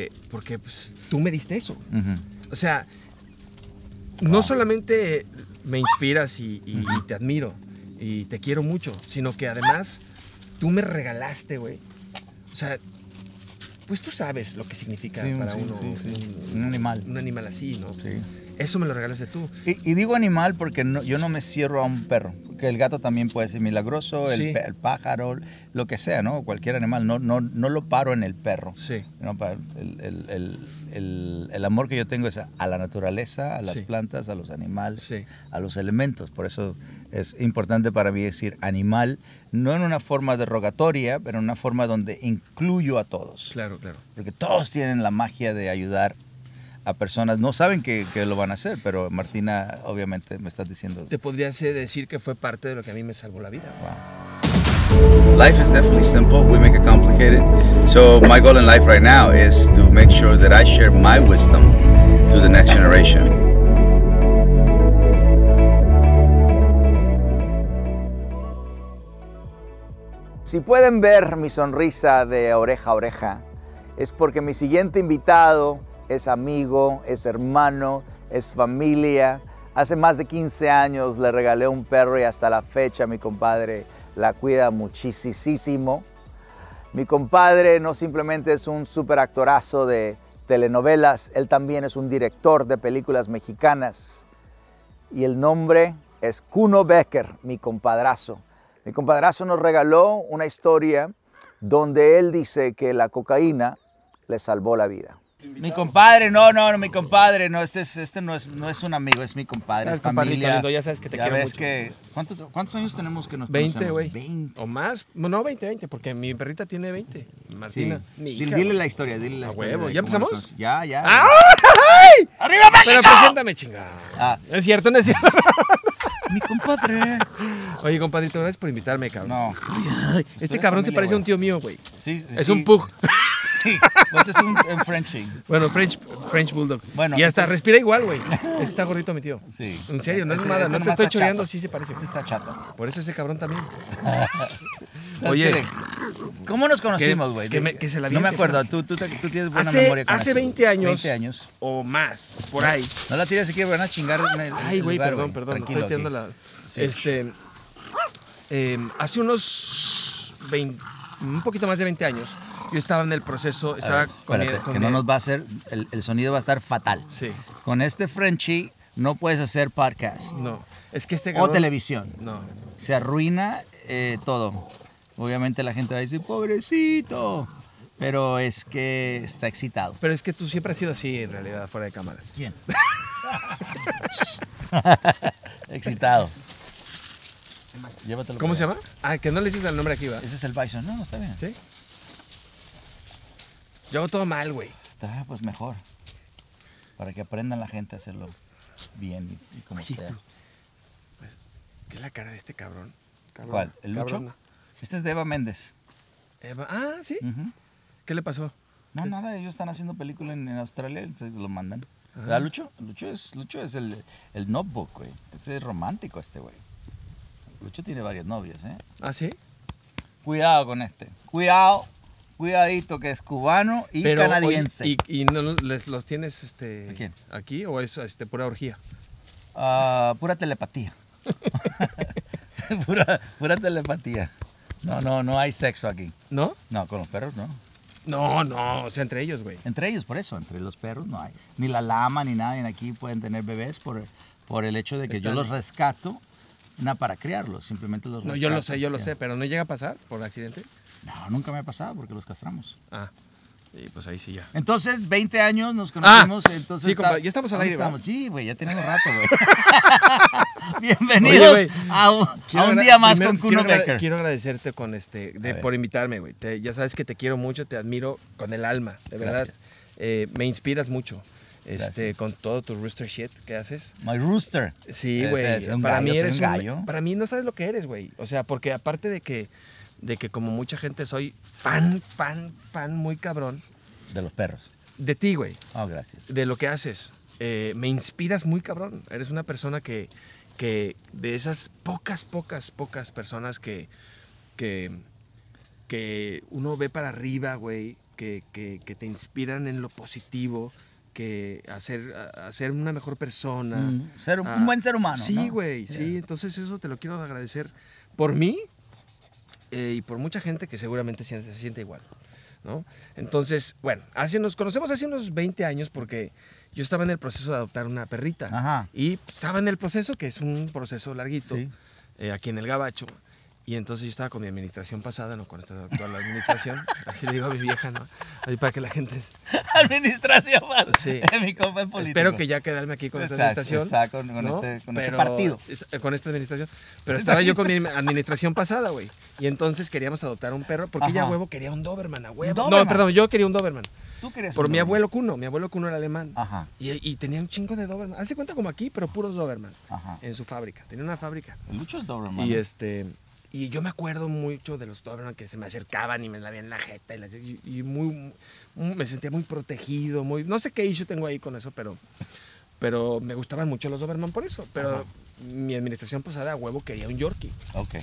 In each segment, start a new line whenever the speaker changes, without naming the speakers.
eh, porque pues, tú me diste eso.
Ujú.
O sea, no solamente me inspiras y, y- y te admiro y te quiero mucho, sino que además tú me regalaste, güey. O sea, pues tú sabes lo que significa
Sí,
para
sí,
uno
sí, sí.
Un,
Un animal.
un animal así, ¿no?
Sí.
Eso me lo regalaste tú.
Y, y digo animal porque no- yo no me cierro a un perro. Porque el gato también puede ser milagroso, el,
Sí.
pe- el pájaro, lo que sea, ¿no? Cualquier animal. No, no, no lo paro en el perro.
Sí.
No, pa- el, el- el- el- el amor que yo tengo es a, a la naturaleza, a las
Sí.
plantas, a los animales,
Sí.
a los elementos. Por eso es importante para mí decir animal, no en una forma derogatoria, pero en una forma donde incluyo a todos.
Claro, claro.
Porque todos tienen la magia de ayudar a personas. No saben que, que lo van a hacer, pero Martina, obviamente, me estás diciendo.
Te podrías eh, decir que fue parte de lo que a mí me salvó la vida.
Life is definitely simple. We make it complicated. So my goal in life right now is to make sure that I share my wisdom to the next generation.
Si pueden ver mi sonrisa de oreja a oreja, es porque mi siguiente invitado es amigo, es hermano, es familia. Hace más de 15 años le regalé un perro y hasta la fecha mi compadre la cuida muchísimo. Mi compadre no simplemente es un superactorazo de telenovelas, él también es un director de películas mexicanas y el nombre es Kuno Becker, mi compadrazo. Mi compadrazo nos regaló una historia donde él dice que la cocaína le salvó la vida. Mi compadre, no, no, no, mi compadre, no, este, es- este no, es, no es un amigo, es mi compadre,
Ah,
es
compadrito
familia.
lindo, ya sabes que te quiero
ves
mucho.
que- ¿cuántos, cuántos años tenemos que nos
20,
conocemos?
güey.
20.
O más. No, 20, 20, porque mi perrita tiene 20. Martina. Mi
Dile,
hija,
dile
güey.
la historia, dile la
A
historia.
huevo,
de
¿ya
cómo nos
empezamos? ¡Ah!
conoce- Ya, ya.
¡Ay!
¡Arriba México!
Pero preséntame, chingada.
Ah.
No es cierto, no es cierto.
Mi compadre.
Oye, compadrito, gracias por invitarme, cabrón.
No. pues,
Ay, este
eres
cabrón se
familia,
parece a un
güey.
tío mío, güey.
Sí,
Es
sí.
un pug.
Sí, este es un, un Frenchie.
Bueno, French, French Bulldog.
Bueno,
y hasta
este-
respira igual, güey. Es que está gordito mi tío.
Sí.
En serio, no es
Este-
nada.
este
No te estoy
nomás está
choreando,
chato.
sí se parece.
Este está chato.
Por eso ese cabrón también.
Oye,
Oye.
¿cómo nos conocimos,
Que-
güey?
que me- que se la
No me
aviente,
acuerdo, tú, tú, te- tú tienes buena
Hace,
memoria con
hace
eso.
20 años.
20 años.
O más, por ahí.
No la tires aquí, van a chingar. en el- en
Ay,
el
güey,
lugar,
perdón, perdón.
Tranquilo,
estoy tirando
aquí.
la.
Sí.
Este. em, hace unos. 20 un poquito más de 20 años. Yo estaba en el proceso.
A
Estaba
ver,
con mi-
espérate,
con
que
mi-
no nos va a hacer, el, el sonido va a estar fatal.
Sí.
Con este Frenchie no puedes hacer podcast
No. Es que este
o
cabrón.
televisión.
No.
se arruina eh, todo. Obviamente la gente va a decir, pobrecito, pero es que está excitado.
Pero es que tú siempre has sido así, en realidad, fuera de cámaras.
¿Quién? excitado. Llévatelo
¿Cómo
para
se
allá.
llama? Ah, que no le dices el nombre aquí, ¿va?
Ese es el Bison. No, está bien.
¿Sí? Yo hago todo mal, güey.
Está, pues mejor. Para que aprendan la gente a hacerlo bien y, y como sea.
¿Qué es la cara de este cabrón? Cabrón,
¿Cuál? ¿El Lucho?
cabrón.
Este es de Eva Méndez.
Eva- Ah, sí.
Ujú.
¿Qué le pasó?
No, nada, ellos están haciendo película en, en Australia, entonces lo mandan. ¿Verdad, Lucho? Lucho es, Lucho es el, el notebook, güey. Ese es romántico este, güey. Lucho tiene varias novias, ¿eh?
Ah, sí.
Cuidado con este. Cuidado, cuidadito, que es cubano y
Pero, oye,
canadiense.
¿Y, y no los- les, los tienes este,
¿A quién?
aquí o es este, pura orgía?
Ah, pura telepatía. pura, pura telepatía. No, no, no hay sexo aquí.
¿No?
No, con los perros no.
No, no. O sea, entre ellos, güey.
Entre ellos, por eso, entre los perros no hay. Ni la lama ni nadie aquí pueden tener bebés por, por el hecho de que yo
Están-
los rescato, nada para criarlos, simplemente los
No,
rescato.
yo lo sé, yo lo
Ya.
sé, pero no llega a pasar por accidente.
No, nunca me ha pasado porque los castramos.
Ah, y pues ahí sí ya.
Entonces, 20 años nos conocimos,
Ah,
entonces...
sí,
está-
compadre, ya estamos al
¿dónde
aire, ¿verdad?
estamos? Sí, güey, ya tenemos rato, güey. Bienvenidos
Oye, güey,
a, un- a
Quiero
un
agra-
día más
primero,
con
quiero
Kuno
agra-
Becker.
Quiero agradecerte con este, de-
A ver.
por invitarme, güey. Te- Ya sabes que te quiero mucho, te admiro con el alma, de verdad. Eh, me inspiras mucho. Este,
Gracias.
con todo tu rooster shit que haces.
My rooster.
Sí,
Ese
güey.
es un
para
gallo,
mí
soy
eres
un gallo.
para mí no sabes lo que eres, güey. O sea, porque aparte de que de que como mucha gente soy fan, fan, fan muy cabrón
De los perros.
de ti, güey
Oh, gracias.
de lo que haces. Eh, me inspiras muy cabrón. Eres una persona que, que de esas pocas, pocas, pocas personas que, que, que uno ve para arriba, güey, que, que- que te inspiran en lo positivo, que hacer, a- a ser una mejor persona.
Mm, ser un-
a-
un buen ser humano,
Sí,
¿no?
güey, sí. Entonces eso te lo quiero agradecer por mí eh, y por mucha gente que seguramente se, se siente igual. ¿no? Entonces, bueno, hace, nos conocemos hace unos 20 años porque yo estaba en el proceso de adoptar una perrita.
Ajá.
Y pues, estaba en el proceso, que es un proceso larguito,
Sí.
eh, aquí en el Gabacho. Y entonces yo estaba con mi administración pasada, no con esta actual administración. Así le digo a mi vieja, ¿no? Ahí para que la gente.
Administración.
Sí.
Mi compa es político.
Espero que ya quedarme aquí con esta
Exacto,
administración.
exacto, con- con este- con este partido.
es- eh, con esta administración. Pero estaba yo con mi administración pasada, güey. Y entonces queríamos adoptar un perro, porque ella a
Ajá.
huevo quería un Doberman, a huevo.
Doberman.
No, perdón, yo quería un Doberman.
Tú querías
Por
un Ah.
mi
hombre.
abuelo Cuno, mi abuelo Cuno era alemán.
Ajá.
Y, y tenía un chingo de Doberman. Hace cuenta como aquí, pero puros Doberman.
Ajá.
En su fábrica. Tenía una fábrica.
Muchos Doberman.
Y este. Y yo me acuerdo mucho de los Doberman que se me acercaban y me la veían la jeta. Y, la- y- y muy, muy- Me sentía muy protegido. muy No sé qué issue tengo ahí con eso, pero. Pero me gustaban mucho los Doberman por eso. Pero
Ajá.
mi administración posada a huevo quería un Yorkie.
Ok.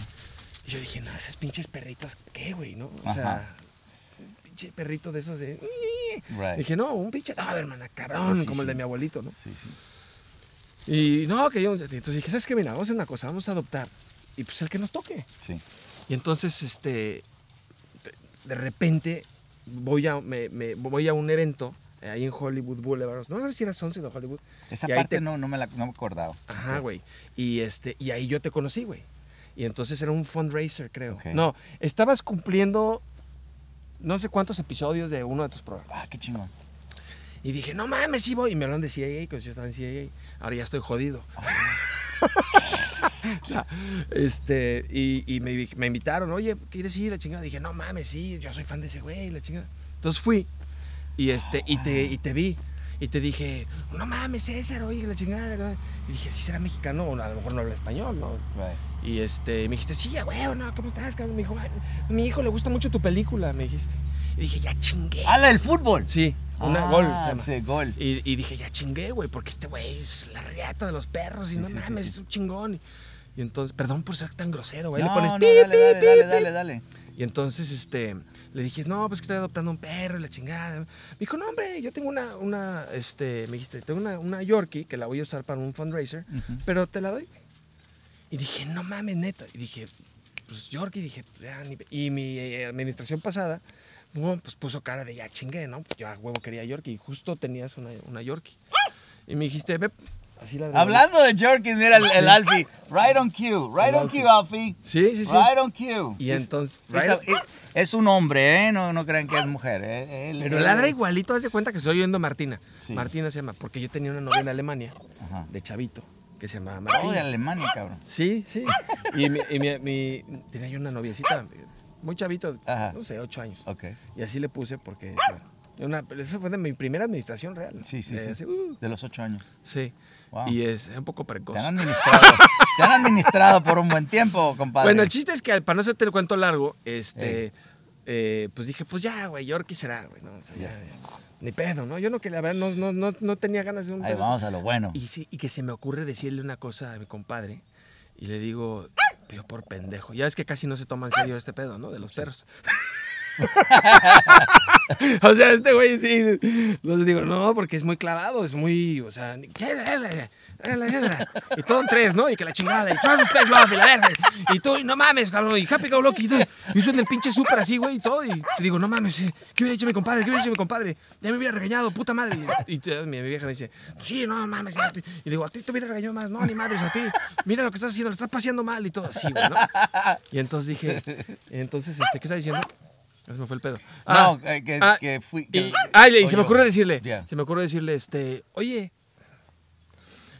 Y yo dije, no, esos pinches perritos, ¿qué, güey? ¿No? O
Ajá.
sea, pinche perrito de esos de.
Right.
Dije, no, un pinche Doberman, ah, cabrón,
Sí, sí,
como el
sí.
de mi abuelito, ¿no?
Sí, sí.
Y no, que yo. Entonces dije, ¿sabes qué? Mira, vamos a hacer una cosa, vamos a adoptar. Y pues el que nos toque.
Sí.
Y entonces, este, de- de repente voy a, me- me- voy a un evento eh, ahí en Hollywood Boulevard. No sé si era Sunset o Hollywood.
Esa
Y ahí
parte
te-
no, no, me la, no me acordaba.
Ah,
Ajá, güey. Y, este, y ahí yo te conocí, güey. Y entonces era un fundraiser, creo.
Ok.
No, estabas cumpliendo no sé cuántos episodios de uno de tus programas.
Ah, qué chingón.
Y dije, no mames, sí voy. Y me hablan de CIA, que yo estaba en CIA. Ahora ya estoy jodido. No, este, y y me, di- me invitaron, oye, ¿quieres ir? La chingada. Dije, no mames, sí, yo soy fan de ese güey, la chingada. Entonces fui y, este, y, te, y te vi. Y te dije, no mames, César, oye, la chingada. Y dije, si será mexicano, o a lo mejor no habla español, ¿no?
Right.
Y este, me dijiste, sí, a huevo, no, ¿cómo estás, cabrón? Me dijo, "Ay, mi hijo le gusta mucho tu película, me dijiste. Y dije, ya chingué.
Ah.
¡Hala, el fútbol!
Sí, una
Ah,
gol. se llama.
sí, gol.
Y, y dije, ya chingué, güey, porque este güey es la reata de los perros y
Sí,
no
sí, sí,
mames,
sí.
es un chingón. Y, y entonces, perdón por ser tan grosero, güey.
no,
le pones
no,
ti,
dale,
ti,
dale,
ti,
dale,
ti.
dale, dale.
Y entonces este, le dije, no, pues que estoy adoptando un perro y la chingada. Me dijo, no, hombre, yo tengo una, una este, me dijiste, tengo una, una Yorkie que la voy a usar para un fundraiser,
Ujú.
pero te la doy. Y dije, no mames, neta. Y dije, pues Yorkie, dije, "Ah, ni pe-". y mi eh, administración pasada, bueno, pues puso cara de ya chingué, ¿no? Yo a huevo quería Yorkie y justo tenías una, una Yorkie. Y me dijiste, ve, así la
Hablando de jerky, mira el, el Alfie. Right on cue, right
El
on cue, Alfie.
Sí, sí, sí.
Right on cue.
Y
Es-
entonces,
es,
right on-
es- es un hombre, ¿eh? No, no crean que es mujer. ¿eh? Él-
Pero
él-
ladra igualito, haz de cuenta que estoy oyendo a Martina.
Sí.
Martina se llama, porque yo tenía una novia en Alemania
Ajá.
de chavito que se llamaba
Todo Oh, de
Martina.
Alemania, cabrón.
sí, sí. Y, mi, y mi- mi- tenía yo una noviecita muy chavito,
Ajá.
no sé, ocho años.
Ok.
Y así le puse porque bueno, una, eso fue de mi primera administración real.
Sí, sí,
Eh,
sí.
así, uh, Pues.
De los ocho años.
sí.
Wow.
Y es un poco precoz.
Te han administrado. te han administrado por un buen tiempo, compadre.
Bueno, el chiste es que al- para no hacerte el cuento largo, este, eh, pues dije, pues ya, güey, Yorkie será, güey, no, o sea, ya,
Ya.
ya. Ni pedo, ¿no? Yo no quería, la verdad, no, no, no, no tenía ganas de un
Ahí
pedo.
vamos a lo bueno.
Y, sí- y que se me ocurre decirle una cosa a mi compadre y le digo, yo por pendejo. Ya es que casi no se toma en serio este pedo, ¿no? De los perros. o sea, este güey sí. Entonces digo, no, porque es muy clavado, es muy. O sea, y todo en tres, ¿no? Y que la chingada, y todos los pez love, y la verga. Y tú, y no mames, cabrón, y happy go lucky. Y, todo, y eso en el pinche súper así, güey, y todo. Y te digo, no mames, eh, ¿qué hubiera hecho mi compadre? ¿Qué hubiera hecho mi compadre? Ya me hubiera regañado, puta madre. Y, y te- mi, mi vieja me dice, sí, no mames. ya te- Y digo, a ti te hubiera regañado más, no, ni madres, a ti. Mira lo que estás haciendo, lo estás paseando mal y todo así, güey, ¿no? Y entonces dije, entonces, este, ¿qué estás diciendo? Ya Se me fue el pedo.
No, eh, que-
ah,
que fui- que-
y, ah, y se
oye,
me ocurre decirle,
ya.
se me ocurre decirle, este, oye.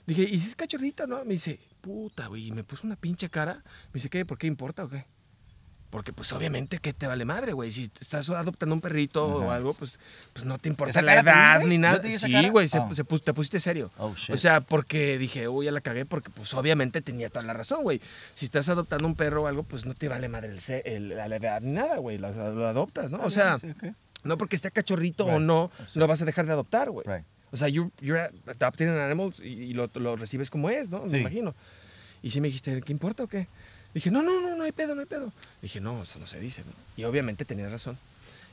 Dije, ¿y si es cachorrita, no? Me dice, puta, güey, y me puso una pinche cara. Me dice, ¿qué? ¿Por qué importa o qué? Porque, pues, obviamente, que te vale madre, güey? Si estás adoptando un perrito o algo, pues, pues no te importa
¿Esa
la
cara te
edad
di, güey?
ni
¿No
nada.
te di esa
sí,
cara?
güey, se,
Oh.
se pus- te pusiste serio.
Oh, shit.
o sea, porque dije, uy, ya la cagué, porque, pues, obviamente tenía toda la razón, güey. Si estás adoptando un perro o algo, pues no te vale madre el, se- el- la edad ni nada, güey. Lo, lo adoptas, ¿no? O sea,
Sí, ok.
no porque sea cachorrito o
Right.
no, lo vas a dejar de adoptar, güey.
Right.
O sea, you- you're adopting an animal y, y lo, lo recibes como es, ¿no?
Sí.
Me imagino. Y sí me dijiste, ¿qué importa o qué? Dije, no, no, no, no hay pedo, no hay pedo. Dije, no, eso no se dice. ¿no? Y obviamente tenías razón.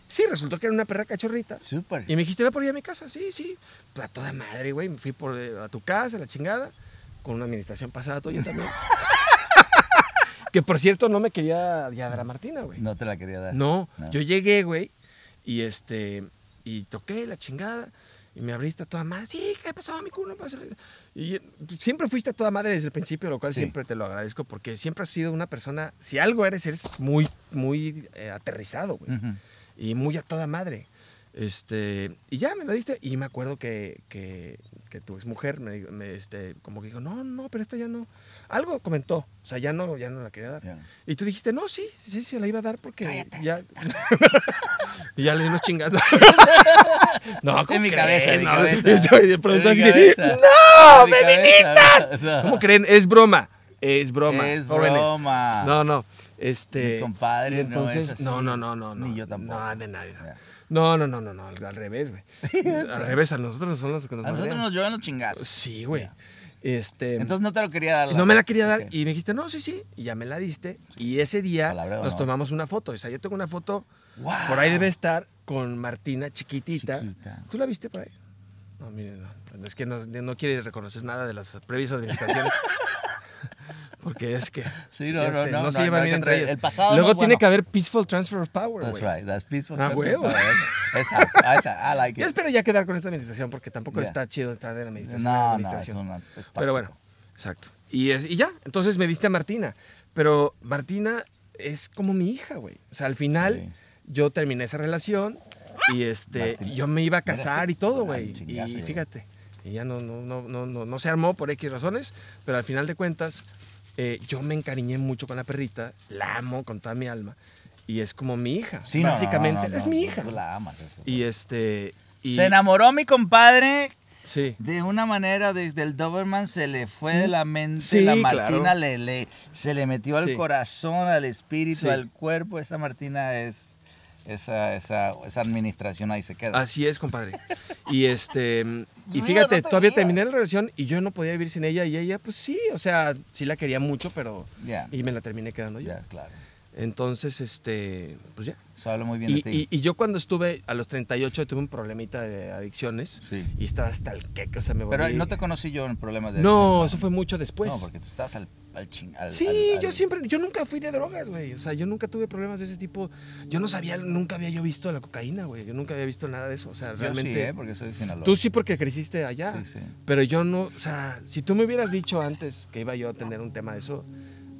Sí, resultó que era una perra cachorrita.
Súper.
Y me dijiste, ve por ahí a mi casa. Sí, sí. Pues a toda madre, güey. Me fui por, eh, a tu casa, la chingada. Con una administración pasada tuya también. que por cierto, no me quería ya dar a Martina, güey.
No te la quería dar.
No,
No.
yo llegué, güey, y este, y toqué la chingada, y me abriste a toda madre, sí, ¿qué pasó, mi culo? Pásale". Y eh, siempre fuiste a toda madre desde el principio, lo cual
Sí.
siempre te lo agradezco, porque siempre has sido una persona, si algo eres, eres muy, muy eh, aterrizado, güey,
Ujú.
y muy a toda madre. Este, y ya me lo diste, y me acuerdo que, que, que tu exmujer me, me, este, como que dijo, no, no, pero esto ya no, algo comentó, o sea, ya no, ya no la quería dar.
Ya.
Y tú dijiste, no, sí, sí, se la iba a dar porque ya. y ya le di unos chingados. no, ¿cómo
En mi
creen?
cabeza, en mi
No,
cabeza.
estoy de
En mi
pronto así de,
cabeza.
¡No,
En mi
feministas!
cabeza.
¿Cómo creen? Es broma. Es broma.
Es
jóvenes.
broma.
No, no. Este.
Mi compadre,
y
no
entonces,
es así.
No, no, no, no. no.
Ni yo tampoco.
No, de nadie. no.
Ya.
No, no, no, no, no. Al al revés, güey. al revés, a nosotros son los que nos
A nosotros
madrean.
nos llevan los chingazos.
Pues Sí, güey. Este.
Entonces no te lo quería dar.
Y no me la quería dar
Ok.
y me dijiste, no, sí, sí, y ya me la diste. Y ese día
Palabreo,
nos
¿no?
tomamos una foto. O sea, yo tengo una foto,
Guau.
por ahí debe estar, con Martina chiquitita.
Chiquita.
¿Tú la viste por ahí? No, miren, no. Es que no, no quiere reconocer nada de las previas administraciones. Porque es que
Sí, no,
ya
no,
sé,
no,
se
no,
llevan
no hay
bien
que
entre
traer-
ellas.
el pasado
Luego
no es
tiene
bueno.
que haber peaceful transfer of power.
That's
güey.
right. That's peaceful.
Ah,
Perfect.
huevo.
Ah, Exacto. Ah, esa- I like
Yo
it.
espero ya quedar con esta administración porque tampoco
Ya.
está chido estar en la administración. en la
No, no, es
administración.
una, es
Pero bueno,
tóxico.
exacto. Y, es- y ya, entonces me diste a Martina. Pero Martina es como mi hija, güey. O sea, al final
Sí.
yo terminé esa relación y este,
Martina.
yo me iba a casar
Mira,
y todo,
al
güey.
chingazo
Y
llegó.
fíjate, y ya no, no, no, no, no, no se armó por X razones, pero al final de cuentas eh, yo me encariñé mucho con la perrita, la amo con toda mi alma y es como mi hija.
Sí, no, no, no,
básicamente,
no,
es
no,
mi
tú-
hija.
Tú la amas. eso.
Y este... y-
Se enamoró mi compadre
Sí.
de una manera, desde el Doberman se le fue de la mente,
Sí,
la
claro.
Martina le, le- se le metió al
Sí.
corazón, al espíritu,
Sí.
al cuerpo. Esa Martina es, esa, esa, esa administración ahí se queda.
Así es, compadre. Y este y
Mira,
fíjate,
no te
todavía
rías.
terminé la relación y yo no podía vivir sin ella y ella pues sí, o sea, sí la quería mucho, pero
Ya.
y me la terminé quedando yo.
Ya, claro.
Entonces, este, pues ya.
Eso habla muy bien de
Y,
ti.
y- y yo cuando estuve a los 38 tuve un problemita de adicciones
Sí.
y estaba hasta el queque, o sea, me volví
Pero no te conocí yo en el problema de...
No,
adicción,
eso fue mucho después.
No, porque tú estás al, al ching... al-
Sí,
al- al-
yo siempre, yo nunca fui de drogas, güey. O sea, yo nunca tuve problemas de ese tipo. Yo no sabía, nunca había yo visto la cocaína, güey. Yo nunca había visto nada de eso. O sea,
Yo
realmente.
sí, ¿eh? porque soy de Sinaloa.
Tú sí porque creciste allá.
Sí, sí.
Pero yo no, o sea, si tú me hubieras dicho antes que iba yo a tener un tema de eso,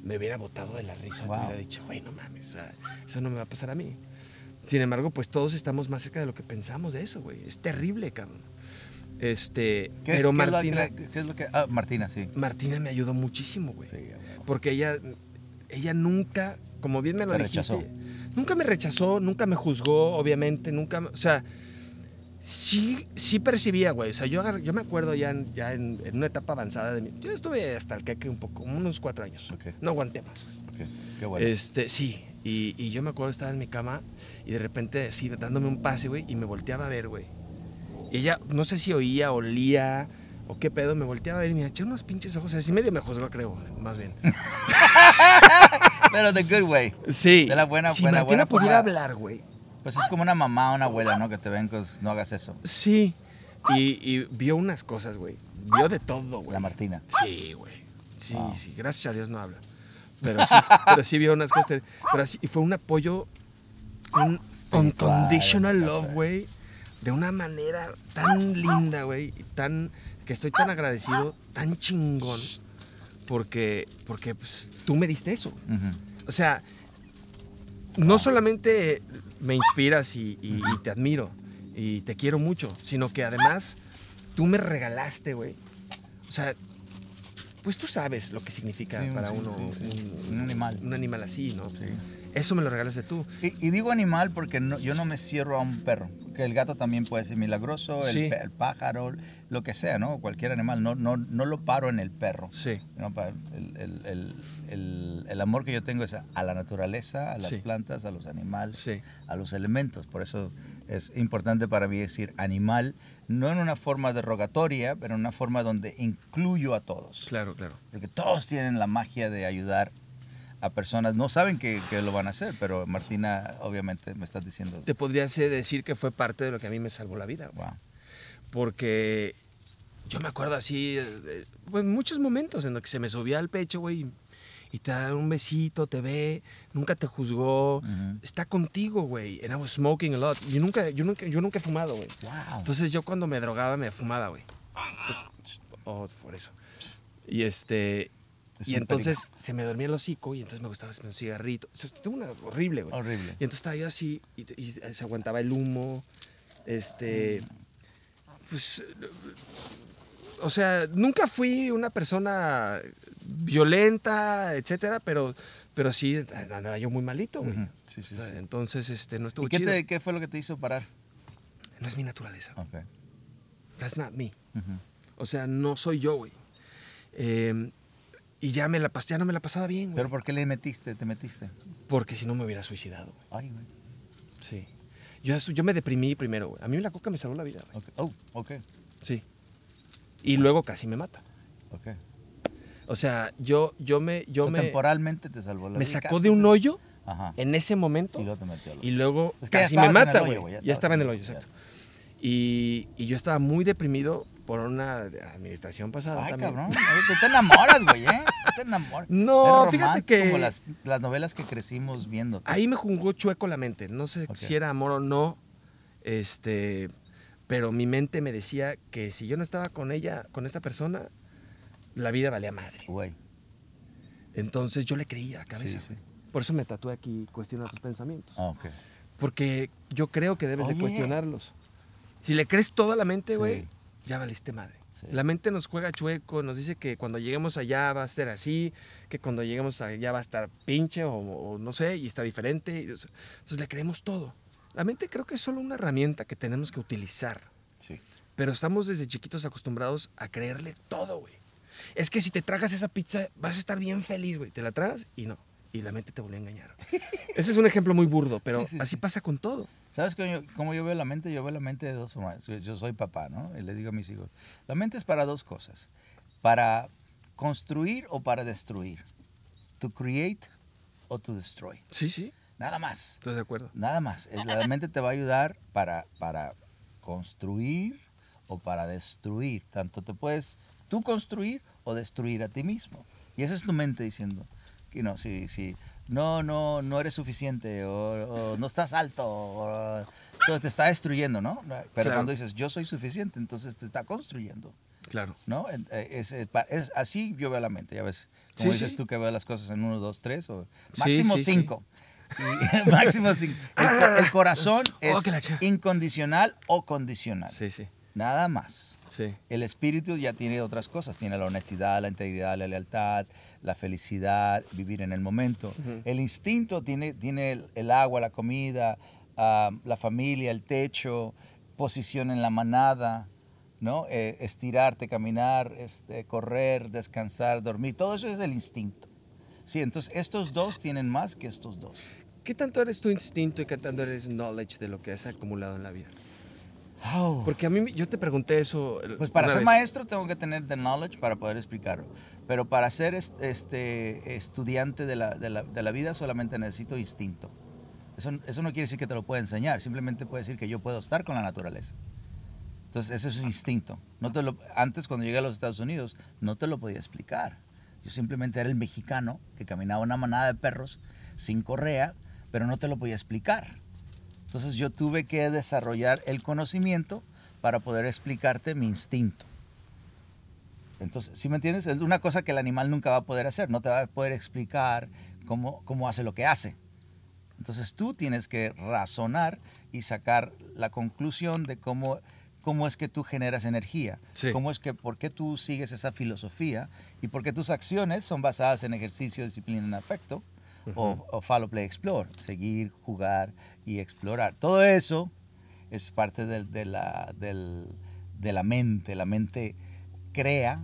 me hubiera botado de la risa.
Wow.
Te hubiera dicho, güey, no mames, o sea, eso no me va a pasar a mí. Sin embargo, pues todos estamos más cerca de lo que pensamos de eso, güey. Es terrible, cabrón. Este, pero
¿Qué es- qué es lo-
Martina,
qué- qué es lo que...? Ah, Martina, sí.
Martina me ayudó muchísimo, güey.
Sí, ya, bueno.
Porque ella, ella nunca, como bien me lo
Te
dijiste,
rechazó.
nunca me rechazó, nunca me juzgó, obviamente, nunca, me- o sea, sí, sí percibía, güey. O sea, yo, agar- yo me acuerdo ya, en, ya en, en una etapa avanzada de mi, yo estuve hasta el queque un poco, unos cuatro años.
Ok.
No aguanté más. güey.
Ok, Qué bueno.
Este, sí. Y, y yo me acuerdo estaba en mi cama y de repente así dándome un pase, güey, y me volteaba a ver, güey. Y ella, no sé si oía, olía o qué pedo, me volteaba a ver y me eché unos pinches ojos. Así medio me juzgó, creo, más bien.
Pero the good way.
Sí.
De la buena-
si
buena-
Martina
buena
pudiera
forma.
hablar, güey.
Pues es como una mamá o una abuela, ¿no? Que te ven, pues no hagas eso.
Sí. Y, y vio unas cosas, güey. Vio de todo, güey.
La Martina.
Sí, güey. Sí,
Wow.
sí. Gracias a Dios no habla. Pero sí, pero sí vio unas cosas. ter- Pero así, y fue un apoyo, un
Espiritual,
unconditional
that's
love,
right.
güey. De una manera tan linda, güey. y tan, que estoy tan agradecido, tan chingón. Porque, porque pues, tú me diste eso, güey.
Ujú.
O sea, no solamente me inspiras y, y- y te admiro y te quiero mucho, sino que además tú me regalaste, güey. O sea, pues tú sabes lo que significa
Sí,
para
sí,
uno
sí, sí.
Un,
Un animal.
Un animal así, ¿no?
Sí.
Eso me lo regalaste tú.
Y, y digo animal porque no- yo no me cierro a un perro. Que el gato también puede ser milagroso, el,
Sí.
pe- el pájaro, lo que sea, ¿no? Cualquier animal. No, no, no lo paro en el perro.
Sí.
No, pa- el, el- el- el- el amor que yo tengo es a, a la naturaleza, a las
Sí.
plantas, a los animales,
Sí.
a los elementos. Por eso es importante para mí decir animal, no en una forma derogatoria, pero en una forma donde incluyo a todos.
Claro, claro.
Porque todos tienen la magia de ayudar a personas, no saben que, que lo van a hacer, pero Martina, obviamente, me estás diciendo.
Te podría ser decir que fue parte de lo que a mí me salvó la vida. güey.
Wow.
Porque yo me acuerdo así, eh, eh, pues, muchos momentos en los que se me subía al pecho, güey, y te da un besito, te ve, nunca te juzgó,
Ujú.
está contigo, güey. And I was smoking a lot. Yo nunca, yo nunca, yo nunca he fumado, güey.
Wow.
Entonces yo cuando me drogaba me fumaba, güey. Oh, por eso. Y este...
Es
y
un
entonces se me dormía el hocico y entonces me gustaba hacerme un cigarrito. O sea, tengo una horrible, güey.
Horrible.
Y entonces estaba yo así y, y se aguantaba el humo. Este. Pues. O sea, nunca fui una persona violenta, etcétera, pero, pero sí andaba yo muy malito, güey.
Ujú, sí, sí,
O sea,
sí.
Entonces, este, no estuvo
¿Y qué,
chido.
te- Ah. qué fue lo que te hizo parar?
No es mi naturaleza. güey.
Okay.
That's not me.
Ujú.
O sea, no soy yo, güey. Eh, y ya me la pas- ya no me la pasaba bien, güey.
¿Pero por qué le metiste? ¿Te metiste?
Porque si no me hubiera suicidado, güey.
Ay, güey.
Sí. Yo, yo me deprimí primero, güey. A mí la coca me salvó la vida, güey.
Ok. Oh, ok.
Sí. Y luego casi me mata.
Ok.
O sea, yo, yo me, yo
O sea,
me,
temporalmente te salvó la
me
vida,
sacó
casi
de un
te-
hoyo
Ajá.
en ese momento
Y luego te metió. al
y
hoyo.
luego
Es que ya
casi me
estabas en
mata,
el
güey.
hoyo, güey,
Ya,
ya
estaba en el hoyo,
estabas en el
exacto. Y, y yo estaba muy deprimido por una administración pasada
Ay,
también.
cabrón. Ay, Tú te enamoras, güey, ¿eh? Tú te enamoras.
No,
Eres
fíjate
romántico
que-
Como las, las novelas que crecimos viendo.
Ahí me jugó chueco la mente. No sé
Ok.
si era amor o no. Este, pero mi mente me decía que si yo no estaba con ella, con esta persona, la vida valía madre.
Güey.
Entonces yo le creía a la cabeza.
Sí, sí.
güey. Por eso me tatué aquí, cuestiona tus pensamientos.
Ah, ok.
Porque yo creo que debes de
Oye.
cuestionarlos. Si le crees toda la mente,
Sí.
güey, ya valiste madre.
Sí.
La mente nos juega chueco, nos dice que cuando lleguemos allá va a ser así, que cuando lleguemos allá va a estar pinche o, o no sé, y está diferente. y eso. Entonces le creemos todo. La mente creo que es solo una herramienta que tenemos que utilizar.
Sí.
Pero estamos desde chiquitos acostumbrados a creerle todo, güey. Es que si te tragas esa pizza, vas a estar bien feliz, güey. Te la tragas y no. Y la mente te volvió a engañar. Ese es un ejemplo muy burdo, pero
Sí, sí,
así
sí.
pasa con todo.
¿Sabes cómo yo, cómo yo veo la mente? Yo veo la mente de dos formas. Yo, yo soy papá, ¿no? Y le digo a mis hijos, la mente es para dos cosas. Para construir o para destruir. To create o to destroy.
Sí, sí.
Nada más.
Estoy de acuerdo.
Nada más. Es- La mente te va a ayudar para, para construir o para destruir. Tanto te puedes tú construir o destruir a ti mismo. Y esa es tu mente diciendo, que no, si, si no, no, no eres suficiente o, o no estás alto. o- entonces te está destruyendo, ¿no? Pero
Claro.
cuando dices, yo soy suficiente, entonces te está construyendo.
Claro.
¿no? En- eh, Es, es pa- es- así yo veo la mente, ya ves. Como
Sí,
dices
sí.
tú que veo las cosas en uno, dos, tres, o
Sí,
máximo
sí, sí.
cinco. Y- máximo cinco. El, co- el corazón es
Oh, que la cha-
incondicional o condicional.
Sí, sí.
Nada más.
Sí.
El espíritu ya tiene otras cosas, tiene la honestidad, la integridad, la lealtad, la felicidad, vivir en el momento.
Ujú.
El instinto tiene, tiene el, el agua, la comida, ah, la familia, el techo, posición en la manada, ¿no? Eh, estirarte, caminar, este, correr, descansar, dormir. Todo eso es el instinto. Sí, entonces estos dos tienen más que estos dos.
¿Qué tanto eres tu instinto y qué tanto eres knowledge de lo que has acumulado en la vida? Porque a mí, yo te pregunté eso. el-
Pues para
una
ser
vez.
maestro tengo que tener the knowledge para poder explicarlo. Pero para ser est- este, estudiante de la, de la- de la vida solamente necesito instinto. Eso, eso no quiere decir que te lo pueda enseñar, simplemente puede decir que yo puedo estar con la naturaleza. Entonces ese es instinto. No te lo, antes cuando llegué a los Estados Unidos no te lo podía explicar. Yo simplemente era el mexicano que caminaba una manada de perros sin correa, pero no te lo podía explicar. Entonces yo tuve que desarrollar el conocimiento para poder explicarte mi instinto. Entonces, ¿sí me entiendes? Es una cosa que el animal nunca va a poder hacer, no te va a poder explicar cómo, cómo hace lo que hace. Entonces tú tienes que razonar y sacar la conclusión de cómo, cómo es que tú generas energía,
Sí.
cómo es que, por qué tú sigues esa filosofía y por qué tus acciones son basadas en ejercicio, disciplina en afecto o, o follow, play, explore, seguir, jugar y explorar. Todo eso es parte del- de, la, del- de la mente. La mente crea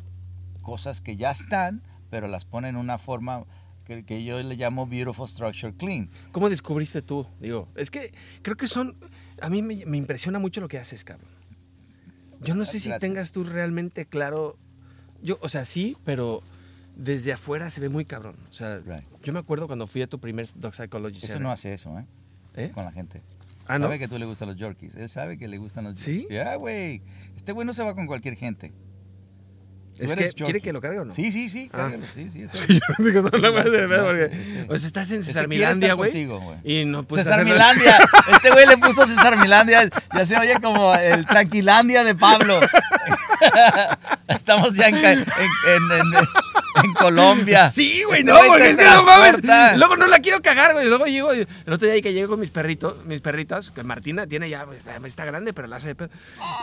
cosas que ya están, pero las pone en una forma que, que yo le llamo beautiful structure clean.
¿Cómo descubriste tú? Digo, es que creo que son. A mí me, me impresiona mucho lo que haces, cabrón. Yo no sé si
Gracias.
tengas tú realmente claro. Yo, o sea, sí, pero desde afuera se ve muy cabrón. O sea,
Right.
yo me acuerdo cuando fui a tu primer Dog Psychology
Eso
Seminar.
no hace eso, ¿eh?
¿Eh?
Con la gente.
Ah, ¿no?
Sabe que tú le gustan los Yorkies. Él sabe que le gustan los
¿Sí?
Ya, güey. Este güey no se va con cualquier gente. Tú
Es
eres
que, ¿quiere
Yorkie.
que lo cargue o no?
Sí, sí, sí.
Ah.
cárgalo, Sí, sí. está
Sí,
bien.
yo digo, no la voy a hacer, ¿verdad?
No,
Porque,
este-
pues estás en
este
Cesar
quiere
Milandia,
estar
güey.
contigo, güey.
Y no puse
César
Pues, hacerlo.
Milandia. Este güey le puso César Milandia. Ya se oye como el Tranquilandia de Pablo. Estamos ya en, ca- en, en- en- en Colombia.
Sí, güey,
Este
no, porque
te
es que no mames.
transporta.
Luego no la quiero cagar, güey. Luego llego, el otro día que llego con mis perritos, mis perritas, que Martina tiene ya, pues, está, está grande, pero la hace de pedo.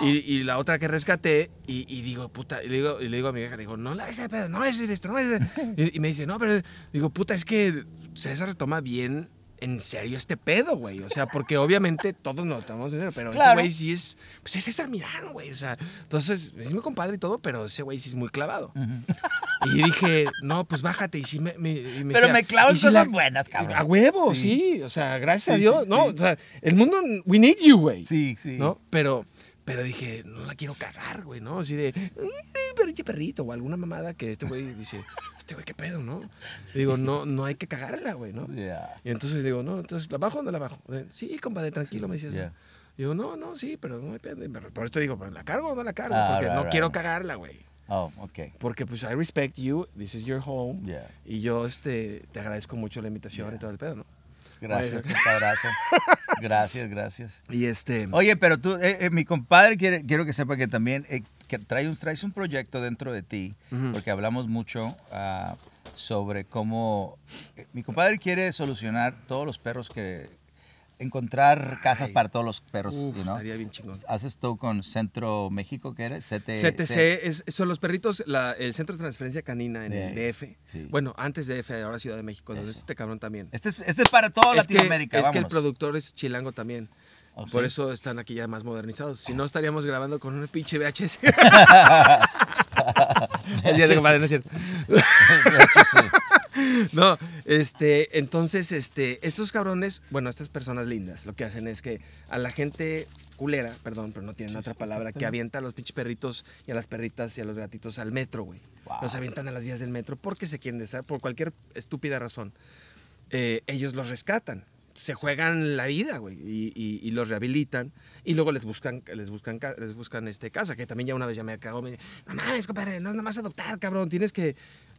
Y, y la otra que rescaté, y, y digo, puta, y le digo, y le digo a mi vieja, digo, no la hagas de pedo, no es esto, no es y, y me dice, no, pero, digo, puta, es que César toma bien. En serio, este pedo, güey. O sea, porque obviamente todos nos lo tomamos en serio, pero ese
Claro.
güey sí es. Pues es César Milán, güey. O sea, entonces, es mi compadre y todo, pero ese güey sí es muy clavado. Y dije, no, pues bájate. Y sí me, me- y me
Pero
decía,
me clavo en
"Y si
cosas
la- ah,
buenas, cabrón".
A huevo, sí. O sea, gracias a Dios. no, o sea, el mundo, we need you, güey.
Sí, sí.
¿No? Pero, pero dije, no la quiero cagar, güey, ¿no? Así de, "Ay, ay, pero qué perrito, o alguna mamada que este güey dice, este güey, qué pedo, ¿no? Digo, no, no hay que cagarla, güey, ¿no?
Yeah.
Y entonces digo, no, entonces, ¿la bajo o no la bajo? Eh, Sí, compadre, tranquilo, me dices.
Ya.
Digo, no, no, sí, pero no depende. Por esto digo, "Pero ¿la cargo o no la cargo?
Ah,
porque
right,
no
right,
quiero
right.
cagarla, güey
Oh, ok.
porque pues I respect you, this is your home.
Yeah.
Y yo este te agradezco mucho la invitación y todo el pedo, ¿no? Oye.
Gracias, compadre. Gracias, gracias.
Y este
Oye, pero tú, eh, eh, mi compadre, quiere, quiero que sepa que también eh, que trae un, traes un proyecto dentro de ti,
Ujú.
porque hablamos mucho ah, sobre cómo... eh, mi compadre quiere solucionar todos los perros que... Encontrar casas
Ay.
para todos los perros,
uf,
you know.
estaría bien chingón.
Haces tú con Centro México, ¿qué eres? CT,
CTC es- son los perritos, la- el Centro de Transferencia Canina en el
Yeah.
DF.
Sí.
Bueno, antes de DF, ahora Ciudad de México, donde
Eso.
este cabrón también.
Este es, este es para toda
es que,
Latinoamérica,
es que el
vámonos.
productor es chilango también.
¿Oh,
Por
sí? Oh.
eso están aquí ya más modernizados. Si no, estaríamos grabando con un pinche VHS. Es cierto, compadre, no es cierto.
De hecho, sí.
No, este, entonces, este, estos cabrones, bueno, estas personas lindas, lo que hacen es que a la gente culera, perdón, pero no tienen otra palabra, que avienta a los pinches perritos y a las perritas y a los gatitos al metro, güey.
Wow.
Los avientan a las vías del metro porque se quieren deshacer, por cualquier estúpida razón. Eh, ellos los rescatan, se juegan la vida, güey, y, y- y los rehabilitan y luego les buscan, les buscan, ca- les buscan este, casa, que también ya una vez ya me cagó, me dice, no mames, compadre, no es nada más adoptar, cabrón, tienes que... es-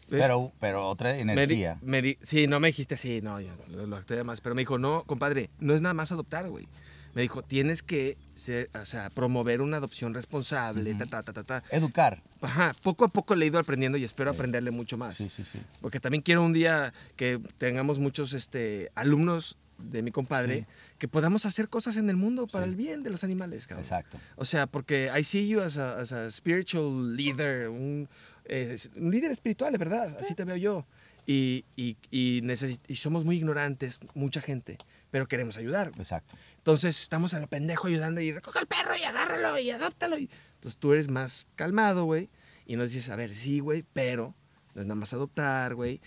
Pero, pero otra
me di-
energía.
me di- sí, no me dijiste sí, no, yo lo, lo actué de más. Pero me dijo, no, compadre, no es nada más adoptar, güey. Me dijo, tienes que ser, o sea, promover una adopción responsable, ta, ta, ta, ta, ta.
Educar.
Ajá, poco a poco le he ido aprendiendo y espero aprenderle mucho más.
Sí, sí, sí.
Porque también quiero un día que tengamos muchos este, alumnos de mi compadre que podamos hacer cosas en el mundo para el bien de los animales, cabrón.
Exacto.
O sea, porque I see you as a, as a spiritual leader, un, eh, un líder espiritual, de verdad, así te veo yo. Y, y, y necesi- y somos muy ignorantes, mucha gente, pero queremos ayudar.
Exacto.
Entonces estamos a lo pendejo ayudando y recoge el perro y agárralo y adóptalo. Y... Entonces tú eres más calmado, güey, y nos dices, a ver, sí, güey, pero no es nada más adoptar, güey.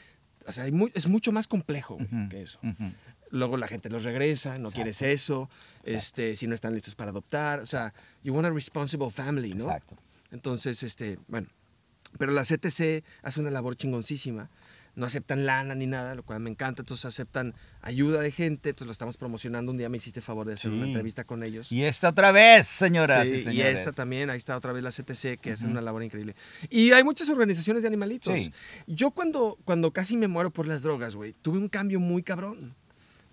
O sea, hay mu- es mucho más complejo güey,
Ujú,
que eso.
ujú.
Luego la gente los regresa, no
Exacto.
quieres eso, este, si no están listos para adoptar, o sea, you want a responsible family, ¿no?
Exacto.
Entonces, este, bueno, pero la CTC hace una labor chingoncísima. No aceptan lana ni nada, lo cual me encanta. Entonces aceptan ayuda de gente. Entonces lo estamos promocionando. Un día me hiciste favor de hacer una
Sí.
entrevista con ellos.
Y esta otra vez, señoras
Sí,
y
y
señores.
esta también, ahí está otra vez la CTC, que hace una labor increíble. Y hay muchas organizaciones de animalitos.
Sí.
Yo cuando, cuando casi me muero por las drogas, güey, tuve un cambio muy cabrón.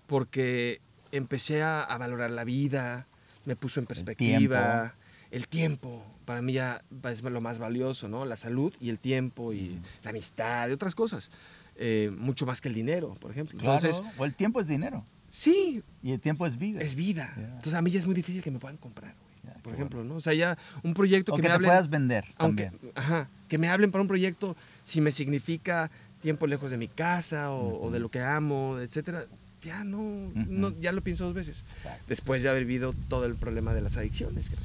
Porque empecé a, a valorar la vida, me puso en perspectiva, el tiempo. Para mí ya es lo más valioso, ¿no? La salud y el tiempo y la amistad y otras cosas. Eh, mucho más que el dinero, por ejemplo.
Claro,
Entonces,
o el tiempo es dinero.
sí,
Y el tiempo es vida.
es vida.
Yeah.
Entonces a mí ya es muy difícil que me puedan comprar, güey.
Ya, qué
por
bueno.
ejemplo, ¿no? O sea, ya un proyecto
O
que
que,
me
te
hablen,
puedas vender
aunque,
también.
ajá, que me hablen para un proyecto si me significa tiempo lejos de mi casa o, o de lo que amo, etcétera. Ya no, no, ya lo pienso dos veces.
Exacto.
Después de haber vivido todo el problema de las adicciones. creo.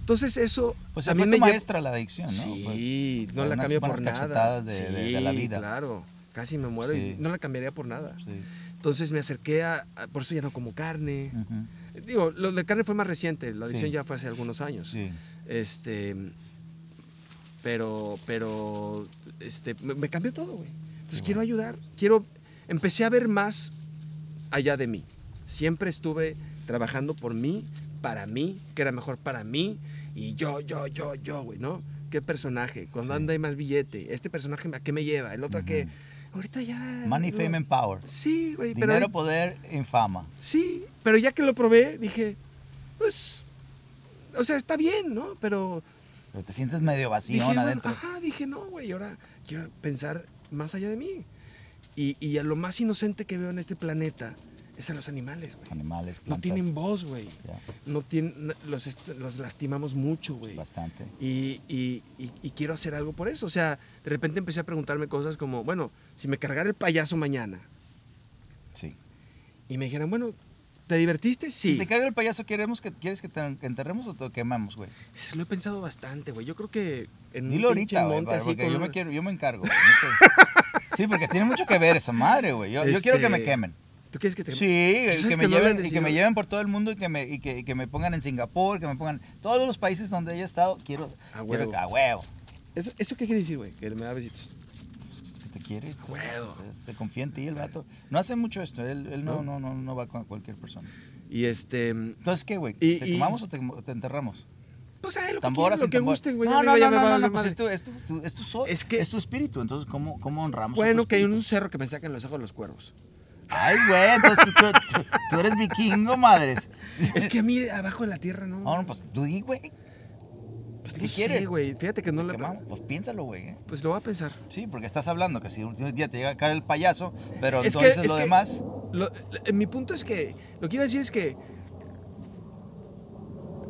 Entonces eso
Pues
a
fue
mí
tu
me lleva-
maestra la adicción, ¿no?
Sí,
Fue-
no
fue
la
unas
cambio por
buenas
nada.
cachetadas de,
sí,
de- de la vida.
claro. Casi me muero y
Sí.
no la cambiaría por nada.
Sí.
Entonces me acerqué a, a- por eso ya no como carne.
Ujú.
Digo, lo de carne fue más reciente, la
Sí.
adicción ya fue hace algunos años.
Sí.
Este, Pero, pero, este, me, me cambió todo, güey. Entonces quiero ayudar, quiero, empecé a ver más allá de mí. Siempre estuve trabajando por mí, para mí, que era mejor para mí, y yo, yo, yo, yo, güey, ¿no? ¿Qué personaje? Cuando anda hay más billete, este personaje a qué me lleva, el otro a qué. Ahorita ya.
Money,
Eh, no.
fame and power.
Sí, güey, pero.
Dinero, poder, en fama.
Sí, pero ya que lo probé, dije, pues, o sea, está bien, ¿no? Pero
Pero te sientes medio
dije,
vacío
bueno,
adentro.
ajá, dije, no, güey, ahora quiero pensar más allá de mí. Y, y a lo más inocente que veo en este planeta es a los animales, güey.
Animales, plantas.
No tienen voz, güey.
Ya, pues,
No tienen, no- los, est- los lastimamos mucho, güey.
bastante.
Y, y- y- y quiero hacer algo por eso. O sea, de repente empecé a preguntarme cosas como, bueno, si me cargara el payaso mañana
Sí.
y me dijeran, bueno, ¿te divertiste? Sí.
Si te carga el payaso, ¿queremos que, ¿quieres que te que enterremos o te quemamos, güey?
Sí, Lo he pensado bastante, güey. Yo creo que en un
Dilo
pinche
ahorita, güey,
monte
para-
así
porque
con
yo
un-
me, quiero, yo me encargo. güey, no te- Sí, porque tiene mucho que ver esa madre, güey. Yo, yo quiero que me
Este,
quemen.
¿Tú quieres que te
Sí,
¿Tú sabes
que, me
no
lleven,
hablan de
y que me
sino-
lleven por todo el mundo y que, me, y que, y que me pongan en Singapur, que me pongan... Todos los países donde haya estado, quiero...
A
quiero
huevo.
que- a huevo.
¿Eso, ¿Eso qué quiere decir, güey? Que me da besitos.
Pues, es que te quiere. Te,
huevo.
te confía en ti el vato. No hace mucho esto. Él, él no,
¿No?
no, no, no va con cualquier persona.
Y este.
Entonces, ¿qué, güey?
Y-
¿Te
y-
quemamos o te, te enterramos?
Pues a lo que, quieran,
Tamboras
lo
y
que
tambor.
gusten, güey.
No,
A mí
no,
ya
no,
me
no,
vale
no, no, pues
madre.
es tu, es tu, tu- es tu sol,
Es que-
es tu espíritu. Entonces, ¿cómo, cómo honramos? a tu
Bueno, que hay un
espíritu?
cerro que me sacan los ojos los cuervos.
Ay, güey, entonces tú, tú- tú- tú eres vikingo, madres.
Es que a mí abajo de la tierra no.
Ah, no, pues tú di, güey.
pues,
¿qué
no sé,
quieres?
güey. Fíjate que no
Te
le.
quemamos. Pues piénsalo, güey. ¿eh?
Pues lo voy a pensar.
Sí, porque estás hablando que si un día te llega a caer el payaso, pero
Es que-
entonces
es
lo
que-
demás.
Lo- eh, mi punto es que. Lo que iba a decir es que.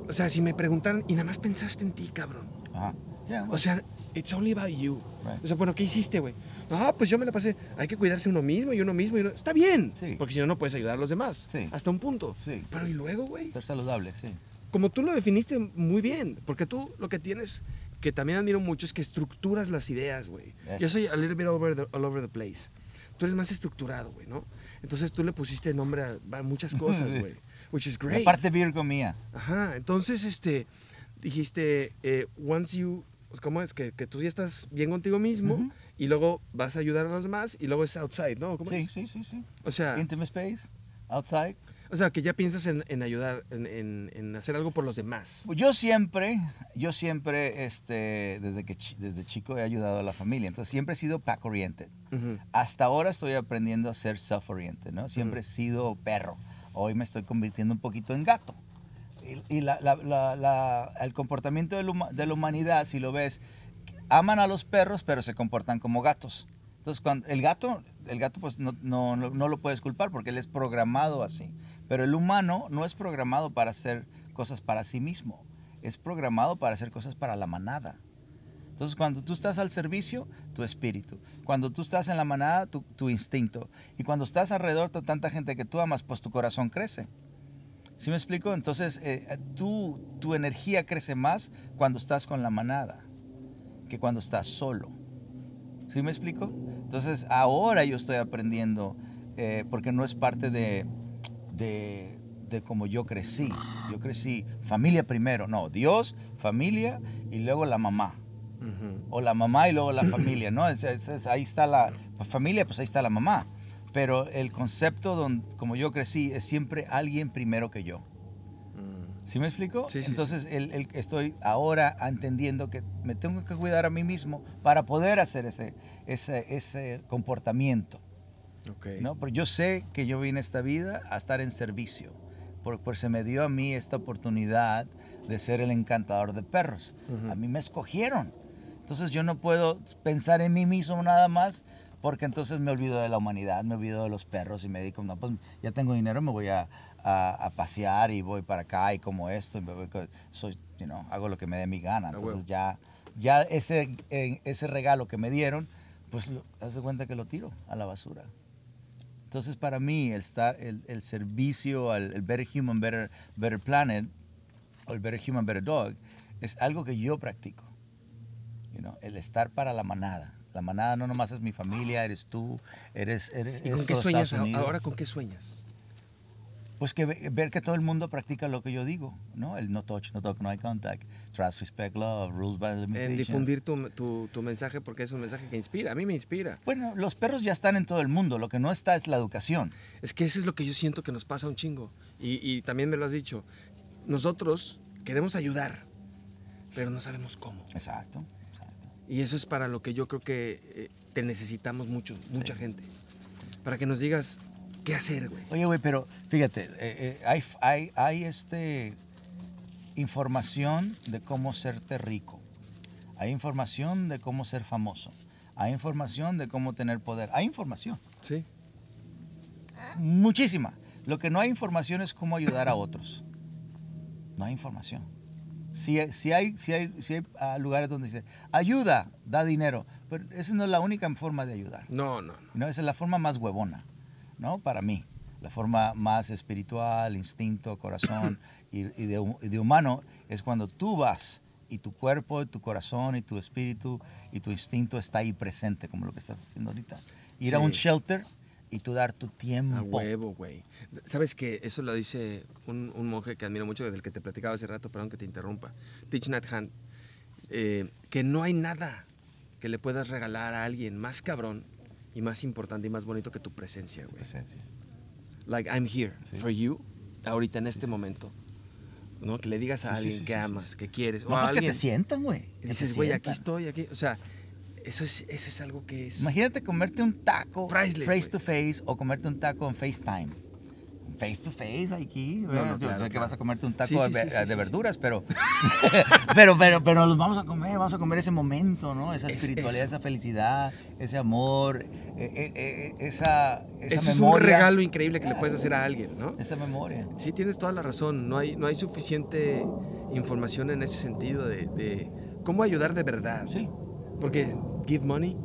O sea, si me preguntaran y nada más pensaste en ti, cabrón.
Ajá. Ya,
O
güey.
sea, it's only about you.
Right.
O sea, bueno, ¿qué hiciste, güey? No, pues yo me la pasé. Hay que cuidarse uno mismo y uno mismo. Y uno... Está bien.
Sí.
Porque si no, no puedes ayudar a los demás.
Sí.
Hasta un punto.
Sí.
Pero ¿y luego, güey?
Ser saludable, sí.
Como tú lo definiste muy bien. Porque tú lo que tienes, que también admiro mucho, es que estructuras las ideas, güey.
Eso.
Yo soy a little bit over the- all over the place. Tú eres más estructurado, güey, ¿no? Entonces tú le pusiste nombre a, a muchas cosas, güey. Which is
La
great.
parte Virgo mía.
Ajá, entonces, este, dijiste, eh, once you, pues, ¿cómo es? Que, que tú ya estás bien contigo mismo
Ujú.
y luego vas a ayudar a los demás y luego es outside, ¿no? ¿Cómo
Sí,
es? Ah.
sí, sí, sí.
O sea,
Intimate space, outside.
o sea, que ya piensas en, en ayudar, en, en- en hacer algo por los demás.
Pues Yo siempre, yo siempre, este, desde que chi- desde chico he ayudado a la familia, entonces siempre he sido pack oriented.
Ujú.
Hasta ahora estoy aprendiendo a ser self oriented, ¿no? Siempre he sido perro. Hoy me estoy convirtiendo un poquito en gato. Y, y la- la- la- la- el comportamiento de la, huma- de la humanidad, si lo ves, aman a los perros, pero se comportan como gatos. Entonces, cuando el gato, el gato pues no, no, no, no lo puedes culpar porque él es programado así. Pero el humano no es programado para hacer cosas para sí mismo. Es programado para hacer cosas para la manada. Entonces, cuando tú estás al servicio, tu espíritu. Cuando tú estás en la manada, tu, tu instinto. Y cuando estás alrededor de tanta gente que tú amas, pues tu corazón crece. ¿Sí me explico? Entonces, eh, eh, tú, tu energía crece más cuando estás con la manada que cuando estás solo. ¿Sí me explico? Entonces, ahora yo estoy aprendiendo, eh, porque no es parte de, de, de cómo yo crecí. Yo crecí familia primero, no, Dios, familia y luego la mamá
Ujú.
o la mamá y luego la familia, ¿no? Es- es- es- ahí está la pues, familia, pues ahí está la mamá. Pero el concepto, don- como yo crecí, es siempre alguien primero que yo.
Mm.
¿Sí me explico?
Sí, sí,
Entonces el- el- estoy ahora entendiendo que me tengo que cuidar a mí mismo para poder hacer ese, ese, ese comportamiento.
Ok.
¿no? Pero yo sé que yo vine a esta vida a estar en servicio, porque se me dio a mí esta oportunidad de ser el encantador de perros.
Ujú.
A mí me escogieron. Entonces yo no puedo pensar en mí mismo nada más, porque entonces me olvido de la humanidad, me olvido de los perros y me digo, no, pues ya tengo dinero, me voy a, a- a pasear y voy para acá y como esto, y me voy co- soy, you know, hago lo que me dé mi gana.
Ah, huevo.
Entonces ya, ya ese, eh, ese regalo que me dieron, pues lo- haz de cuenta que lo tiro a la basura. Entonces, para mí, el, sta- el, el servicio al el Better Human, Better, Better Planet, o el Better Human, Better Dog, es algo que yo practico. You know, el estar para la manada. La manada no nomás es mi familia, eres tú, eres... eres
¿Y con
eres
qué
todo Estados
sueñas a-
Unidos.
ahora? ¿Con qué sueñas?
Pues que ve- ver que todo el mundo practica lo que yo digo, ¿no? El no touch, no talk, no eye contact, trust, respect, love, rules by
En
limitation.
difundir tu, tu- tu mensaje porque es un mensaje que inspira. A mí me inspira.
Bueno, los perros ya están en todo el mundo, lo que no está es la educación.
Es que eso es lo que yo siento que nos pasa un chingo. Y, y también me lo has dicho. Nosotros queremos ayudar, pero no sabemos cómo.
Exacto, exacto.
Y eso es para lo que yo creo que eh, te necesitamos mucho, mucha
Sí.
gente. Para que nos digas qué hacer, güey.
Oye, güey, pero fíjate, eh, eh, hay, hay, hay, este, información de cómo serte rico. Hay información de cómo ser famoso. Hay información de cómo tener poder. Hay información,
Sí.
muchísima. Lo que no hay información es cómo ayudar a otros. No hay información. Si, si hay, si hay, si hay ah, lugares donde dice, ayuda, da dinero. Pero esa no es la única forma de ayudar.
No, no, no.
¿no? Esa es la forma más huevona, ¿no? Para mí. La forma más espiritual, instinto, corazón y, y de, hu- y de humano es cuando tú vas y tu cuerpo, y tu corazón y tu espíritu y tu instinto está ahí presente, como lo que estás haciendo ahorita. Ir a un
Sí.
shelter y tú dar tu
A
tiempo.
huevo, güey. Sabes que eso lo dice un, un monje que admiro mucho, del que te platicaba hace rato, perdón que te interrumpa. Thich Nhat Hanh. eh, que no hay nada que le puedas regalar a alguien más cabrón y más importante y más bonito que tu presencia,
Tu
güey.
presencia.
like I'm here
Sí.
for you ahorita en este
sí, sí.
momento. ¿No? Que le digas a
Sí, sí,
alguien
sí,
que
sí, sí,
amas,
sí.
que quieres.
No,
a
pues que te
alguien,
sientan, güey. que
y
te
dices, güey, aquí
sientan".
estoy, aquí. O sea, eso es, eso es algo que es.
Imagínate comerte un taco
Priceless,
face
güey.
to face o comerte un taco en FaceTime. Face to face aquí, ¿verdad?
no,
Yo
claro,
sé que
claro.
vas a comerte un taco
Sí, sí,
de,
sí, sí,
de
sí,
verduras, pero, pero, pero, pero los vamos a comer, vamos a comer ese momento, ¿no? Esa
Es
espiritualidad,
eso.
esa felicidad, ese amor, eh, eh, eh, esa, esa
eso es un
memoria.
regalo increíble que le
Claro.
puedes hacer a alguien, ¿no?
Esa memoria.
Sí, tienes toda la razón. No hay, no hay suficiente información en ese sentido de, de cómo ayudar de verdad.
Sí.
Porque give money,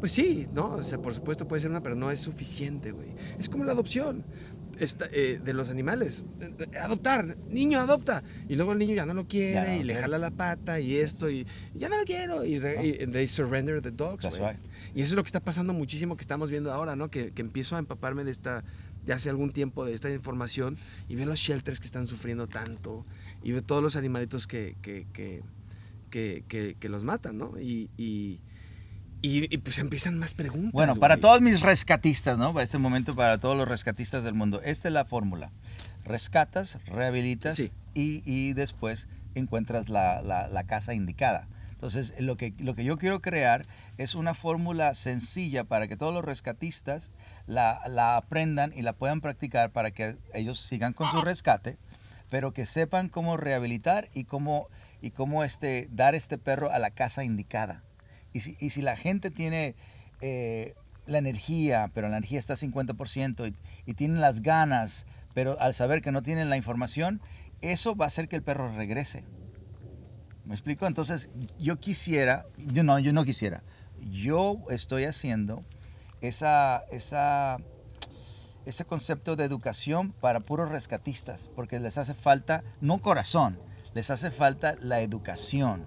pues sí, ¿no? O sea, por supuesto puede ser una, pero no es suficiente, güey. Es como la adopción esta- eh, de los animales. Eh, eh, Adoptar, niño, adopta. Y luego el niño ya no lo quiere
Ya no lo
y le
quiere.
jala la pata y esto y ya no lo quiero. Y, re-
No.
y- and they surrender the dogs,
That's
Pues, güey.
right.
Y eso es lo que está pasando muchísimo que estamos viendo ahora, ¿no? Que, que empiezo a empaparme de esta, de hace algún tiempo, de esta información y veo los shelters que están sufriendo tanto y veo todos los animalitos que, que, que, que, que- que los matan, ¿no? Y, y, y- y, pues empiezan más preguntas.
Bueno, para
güey.
todos mis rescatistas, ¿no? Para este momento, para todos los rescatistas del mundo, esta es la fórmula. Rescatas, rehabilitas
Sí.
y, y después encuentras la, la- la casa indicada. Entonces, lo que, lo que yo quiero crear es una fórmula sencilla para que todos los rescatistas la, la aprendan y la puedan practicar para que ellos sigan con su rescate, pero que sepan cómo rehabilitar y cómo, y cómo este, dar este perro a la casa indicada. Y si, y si la gente tiene eh, la energía, pero la energía está 50% y, y tienen las ganas, pero al saber que no tienen la información, eso va a hacer que el perro regrese. ¿Me explico? Entonces, yo quisiera, yo no, yo no quisiera, yo estoy haciendo esa, esa, ese concepto de educación para puros rescatistas, porque les hace falta, no corazón, les hace falta la educación.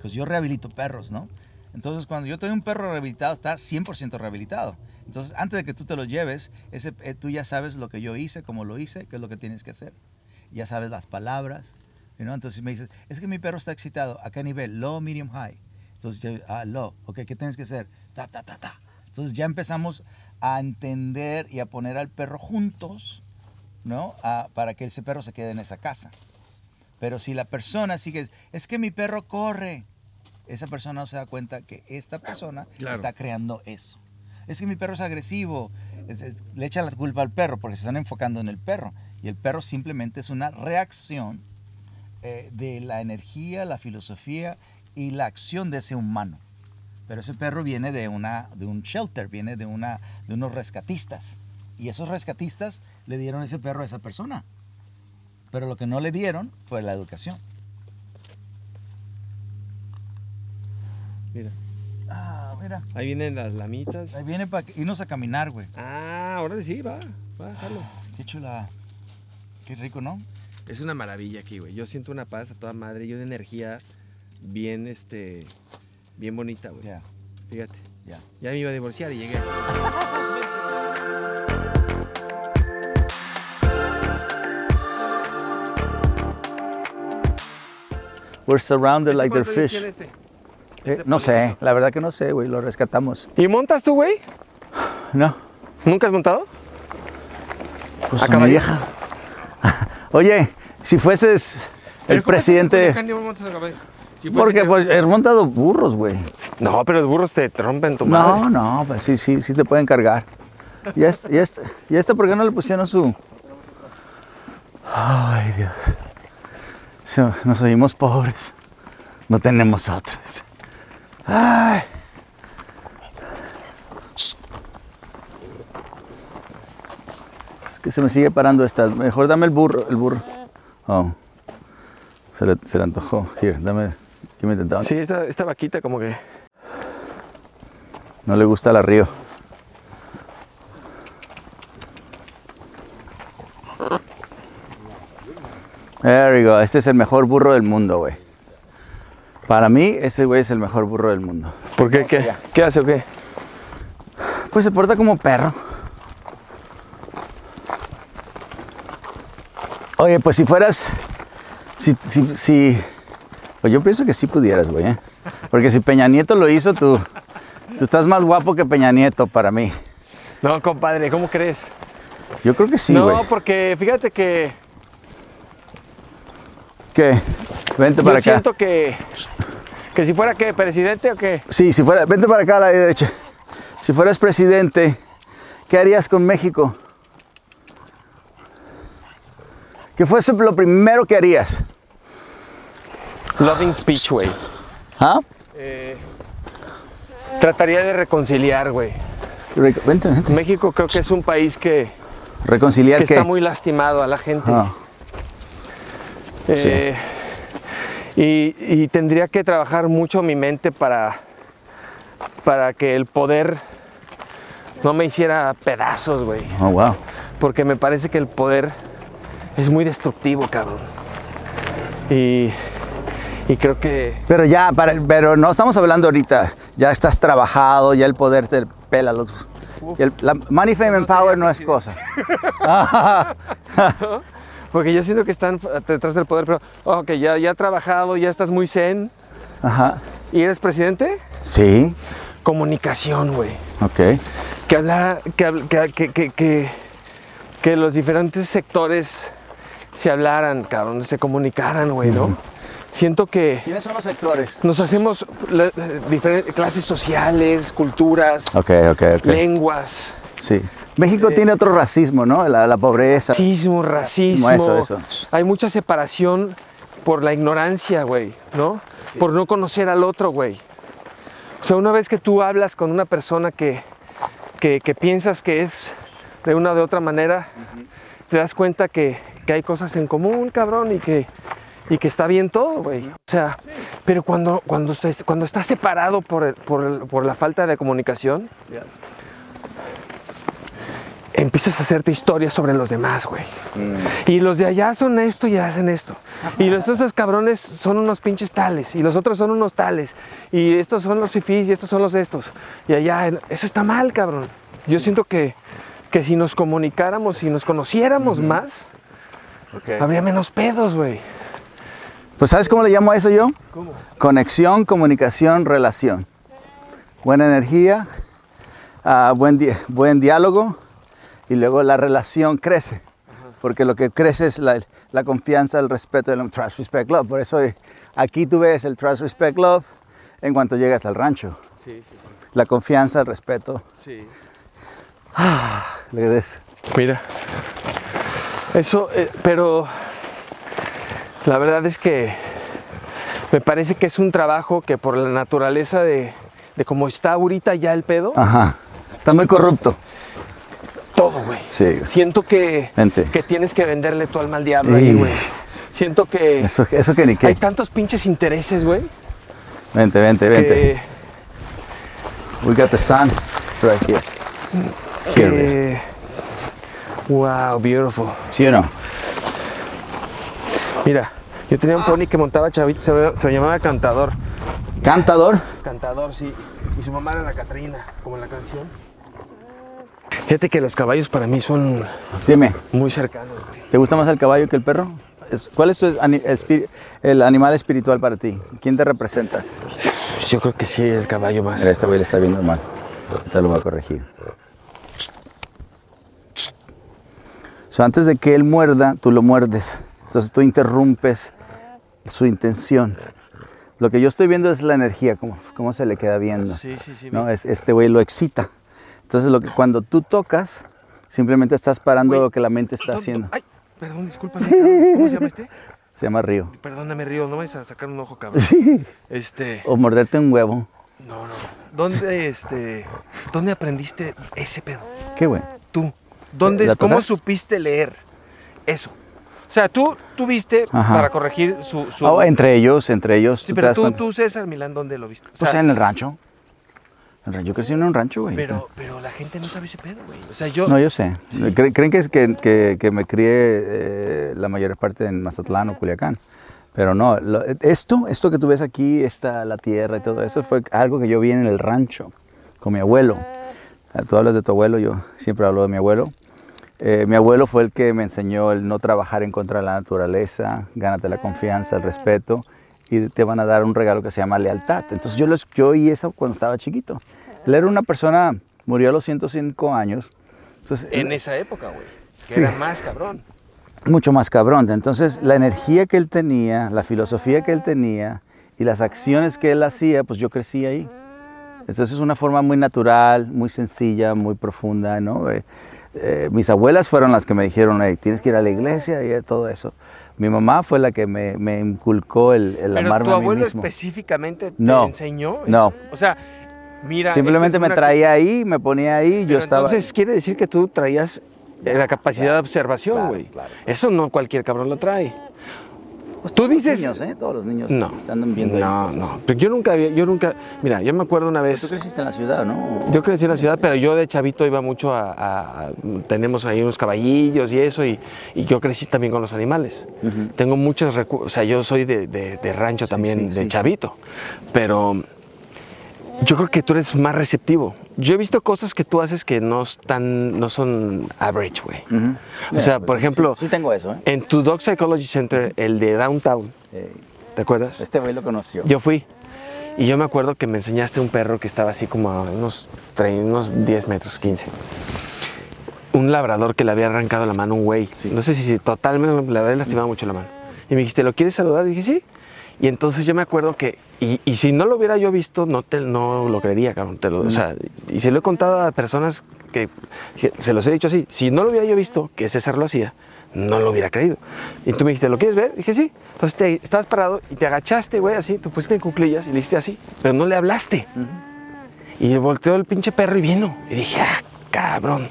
Pues yo rehabilito perros, ¿no? Entonces, cuando yo tengo un perro rehabilitado, está 100% rehabilitado. Entonces, antes de que tú te lo lleves, ese, eh, tú ya sabes lo que yo hice, cómo lo hice, qué es lo que tienes que hacer. Ya sabes las palabras, ¿no? Entonces, si me dices, es que mi perro está excitado, ¿a qué nivel? Low, medium, high. Entonces, yo, ah, low, ok, ¿qué tienes que hacer? Ta, ta, ta, ta. Entonces, ya empezamos a entender y a poner al perro juntos, ¿no? Ah, para que ese perro se quede en esa casa. Pero si la persona sigue, es que mi perro corre, esa persona no se da cuenta que esta persona
Claro.
está creando eso. Es que mi perro es agresivo, Es- es- le echan la culpa al perro porque se están enfocando en el perro. Y el perro simplemente es una reacción eh, de la energía, la filosofía y la acción de ese humano. Pero ese perro viene de, una, de un shelter, viene de, una, de unos rescatistas. Y esos rescatistas le dieron ese perro a esa persona. Pero lo que no le dieron fue la educación.
Mira,
Ah, mira.
ahí vienen las lamitas.
Ahí viene para irnos a caminar, güey.
Ah, ahora sí, va, va, jalo.
Qué chula. Qué rico, ¿no?
Es una maravilla aquí, güey. Yo siento una paz a toda madre y una energía bien, este, bien bonita, güey.
Ya,
Fíjate.
ya.
Ya me iba a divorciar y llegué.
We're surrounded
¿Este
like they're
cuántos años
fish.
tiene este?
Eh, no sé, la verdad que no sé, güey. Lo rescatamos.
¿Y montas tú, güey?
No,
¿Nunca has montado?
pues
¿A
mi
caballo?
vieja. Oye, si fueses el presidente. Porque pues, he montado burros, güey.
No, pero los burros te rompen tu madre.
No, no, pues sí, sí, sí te pueden cargar. ¿Y esta, y esta, y esta por qué no le pusieron su...? Ay, Dios. Se- Nos oímos pobres. No tenemos otras. Ay. Es que se me sigue parando esta. Mejor dame el burro, el burro. Oh. Se le, se le antojó. Here, dame. Give me the dog.
Sí, esta, esta vaquita como que...
No le gusta la río. There we go. Este es el mejor burro del mundo, güey. Para mí, este güey es el mejor burro del mundo.
¿Por qué? ¿Qué, ¿Qué hace o qué?
Pues se porta como perro. Oye, pues si fueras. Si. si, si- pues yo pienso que sí pudieras, güey. ¿eh? Porque si Peña Nieto lo hizo, tú. Tú estás más guapo que Peña Nieto para mí.
No, compadre, ¿cómo crees?
Yo creo que sí,
no,
güey.
porque fíjate que
¿Qué? Vente
yo
para acá.
siento que... Que si fuera que presidente o qué...
Sí, si fuera, vente para acá a la derecha. Si fueras presidente, ¿qué harías con México? ¿Qué fuese lo primero que harías?
Loving speech, güey.
¿Ah?
Eh, trataría de reconciliar, güey.
Reco- Vente, vente.
México creo que es un país que,
Reconciliar
que
qué.
está muy lastimado a la gente.
Ah, sí.
Eh, y, y tendría que trabajar mucho mi mente para, para que el poder no me hiciera pedazos, güey.
oh, wow.
Porque me parece que el poder es muy destructivo, cabrón. Y, y creo que...
Pero ya, para, pero no estamos hablando ahorita. Ya estás trabajado, ya el poder te pela los. el- la money, fame and power no es cosa.
Porque yo siento que están detrás del poder, pero, ok, ya, ya has trabajado, ya estás muy zen.
Ajá.
¿Y eres presidente?
Sí.
Comunicación, güey.
Ok.
que habla que, habl- que, que- que- que- que los diferentes sectores se hablaran, cabrón, se comunicaran, güey, ¿no? Siento que
¿Quiénes son los sectores?
nos hacemos la- eh, diferen- clases sociales, culturas,
Ok, ok, ok.
lenguas,
Sí. México tiene otro racismo, ¿no? La, la pobreza.
racismo, racismo.
Eso, eso.
Hay mucha separación por la ignorancia, güey, ¿no? Por no conocer al otro, güey. O sea, una vez que tú hablas con una persona que, que, que piensas que es de una o de otra manera, te das cuenta que, que hay cosas en común, cabrón, y que, y que está bien todo, güey. O sea, pero cuando, cuando, estás- cuando estás separado por, el- por el- por la falta de comunicación, empiezas a hacerte historias sobre los demás, güey.
Mm,
Y los de allá son esto y hacen esto. Y los, estos cabrones son unos pinches tales. Y los otros son unos tales. Y estos son los fifís y estos son los estos. Y allá, el- eso está mal, cabrón. Yo siento que, que si nos comunicáramos, si nos conociéramos más, habría menos pedos, güey.
Pues ¿sabes cómo le llamo a eso yo? Conexión, comunicación, relación. Buena energía, ah, buen, di- buen diálogo y luego la relación crece. Porque lo que crece es la, la confianza, el respeto, el trust, respect, love. Por eso eh, aquí tú ves el trust, respect, love en cuanto llegas al rancho.
Sí, sí, sí.
La confianza, el respeto, le des.
Mira. Eso, eh, pero la verdad es que me parece que es un trabajo que por la naturaleza de, de cómo está ahorita ya el pedo,
Ajá. Está muy corrupto.
todo, güey.
Sí.
Siento que,
Vente.
que tienes que venderle tu alma al diablo
Sí.
ahí, güey. Siento que
Eso, eso que ni
hay
qué.
tantos pinches intereses, güey.
Vente, vente, vente.
Que,
We got the sun right here. Here we are.
que- Wow, beautiful.
¿Sí o no?
Mira, yo tenía un pony que montaba chavito, se, me- se llamaba Cantador.
Cantador.
Cantador, sí. Y su mamá era la Catrina, como en la canción. Fíjate que los caballos para mí son
Dime,
muy cercanos, güey.
¿te gusta más el caballo que el perro? es- ¿Cuál es tu ani- espi- el animal espiritual para ti? ¿Quién te representa?
Pues Yo creo que sí, el caballo más.
Mira, este güey le está viendo mal. Ahorita lo voy a corregir. So, antes de que él muerda, tú lo muerdes. Entonces tú interrumpes su intención. Lo que yo estoy viendo es la energía, cómo, cómo se le queda viendo.
Sí, sí, sí,
¿no? Es- este güey lo excita. Entonces lo que, cuando tú tocas, simplemente estás parando lo que la mente está haciendo.
Ay, perdón, discúlpame. cabrón. ¿Cómo se llama este?
Se llama río.
Perdóname, Río, no vais a sacar un ojo, cabrón. Este,
O morderte un huevo.
no, no. ¿Dónde, este, dónde aprendiste ese pedo?
Qué güey.
Tú. ¿Dónde,
¿La
¿Cómo
Torá?
supiste leer eso? O sea, tú tuviste,
Ajá.
para corregir su... su-
Ah, entre ellos, entre ellos.
sí,
te
pero
das
tú,
cuenta.
tú, César Milán, ¿dónde lo viste? O
Pues
sea,
en el rancho. En el rancho. Yo crecí en un rancho, güey.
pero, pero la gente no sabe ese pedo, güey. O sea, yo...
No, yo sé. Cre- Creen que, es que, que- que me crié eh, la mayor parte en Mazatlán o Culiacán. Pero no, lo- esto, esto que tú ves aquí, esta, la tierra y todo eso, fue algo que yo vi en el rancho con mi abuelo. Ah, Tú hablas de tu abuelo, yo siempre hablo de mi abuelo. Eh, mi abuelo fue el que me enseñó el no trabajar en contra de la naturaleza, gánate la confianza, el respeto y te van a dar un regalo que se llama lealtad. Entonces yo, los, yo oí eso cuando estaba chiquito. Él era una persona, murió a los 105 años. Entonces,
en esa época, güey. Que era más cabrón.
mucho más cabrón. Entonces, la energía que él tenía, la filosofía que él tenía y las acciones que él hacía, pues yo crecí ahí. Entonces, es una forma muy natural, muy sencilla, muy profunda, ¿no? Eh, eh, mis abuelas fueron las que me dijeron, "Hey, tienes que ir a la iglesia y eh, todo eso. Mi mamá fue la que me, me inculcó el, el
Pero
amarme
tu
a mí
abuelo
mismo.
específicamente te
No.
enseñó. eso?
No.
O sea, mira. esta
Simplemente
es
me
una-
traía ahí, me ponía ahí, yo
Pero
estaba...
Entonces quiere decir que tú traías eh, la capacidad de observación,
claro,
güey.
claro.
Eso no cualquier cabrón lo trae. Tú dices.
Niños, ¿eh? Todos los niños
No.
andan viendo. ahí
no,
cosas.
no. Pero yo nunca había, yo nunca. Mira, yo me acuerdo una
Tú
vez.
creciste en la ciudad, ¿no?
Yo crecí en la ciudad, pero yo de chavito iba mucho a, a- a- tenemos ahí unos caballillos y eso, y, y yo crecí también con los animales.
Ujú.
Tengo muchos recursos, o sea, yo soy de, de- de rancho también,
sí,
de
sí.
chavito, pero yo creo que tú eres más receptivo. Yo he visto cosas que tú haces que no están, no son average, güey.
Ujú. pues,
O sea, por ejemplo,
Sí, sí tengo eso, ¿eh?
en tu Dog Psychology Center, el de Downtown,
Eh,
¿te acuerdas?
Este güey lo conoció.
Yo fui. Y yo me acuerdo que me enseñaste un perro que estaba así como a unos, tre- unos 10 metros, 15. Un labrador que le había arrancado la mano a un güey. No sé si, si totalmente le había lastimado mucho la mano. Y me dijiste, ¿lo quieres saludar? Y dije, sí. Y entonces yo me acuerdo que, y, y si no lo hubiera yo visto, no, te, no lo creería, cabrón. te lo- o sea, y se lo he contado a personas que, que se los he dicho así. Si no lo hubiera yo visto, que César lo hacía, no lo hubiera creído. Y tú me dijiste, ¿lo quieres ver? dije, sí. Entonces te, estabas parado y te agachaste, güey, así, te pusiste en cuclillas y le hiciste así, pero no le hablaste. Y volteó el pinche perro y vino. Y dije, ah, cabrón.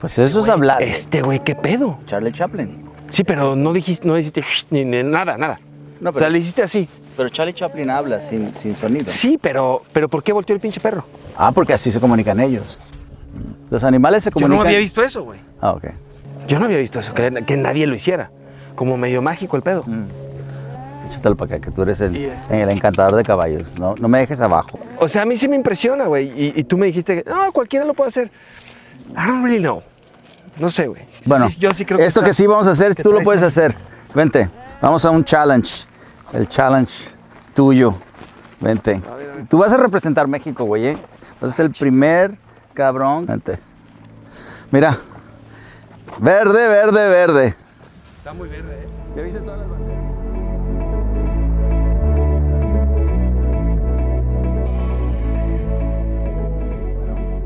Pues eso es hablar.
Este güey, ¿qué pedo?
Charlie Chaplin.
Sí, pero no dijiste, no dijiste "Shh", ni, ni nada, nada.
No,
o sea,
pero-
le hiciste así.
Pero Charlie Chaplin habla sin, sin sonido.
Sí, pero, pero ¿por qué volteó el pinche perro?
Ah, porque así se comunican ellos. Los animales se
Yo
comunican.
no había visto eso, güey.
Ah, ok.
Yo no había visto eso, que, que nadie lo hiciera. Como medio mágico el pedo.
Mm. Échatelo para acá, que tú eres el,
Y
este.
el encantador de caballos. No, no me dejes abajo.
O sea, a mí sí me impresiona, güey. Y, y tú me dijiste, que, no, cualquiera lo puede hacer. I don't really know. No sé, güey.
Bueno,
Sí, yo sí creo que
esto que
está-
sí vamos a hacer,
que
tú lo
traes
puedes
ahí.
hacer. Vente, vamos a un challenge. El challenge tuyo. Vente. Tú vas a representar México, güey. ¿eh? Vas a ser el primer cabrón. Vente. Mira. Verde, verde, verde. Está muy verde, ¿eh? ¿Ya viste todas las banderas?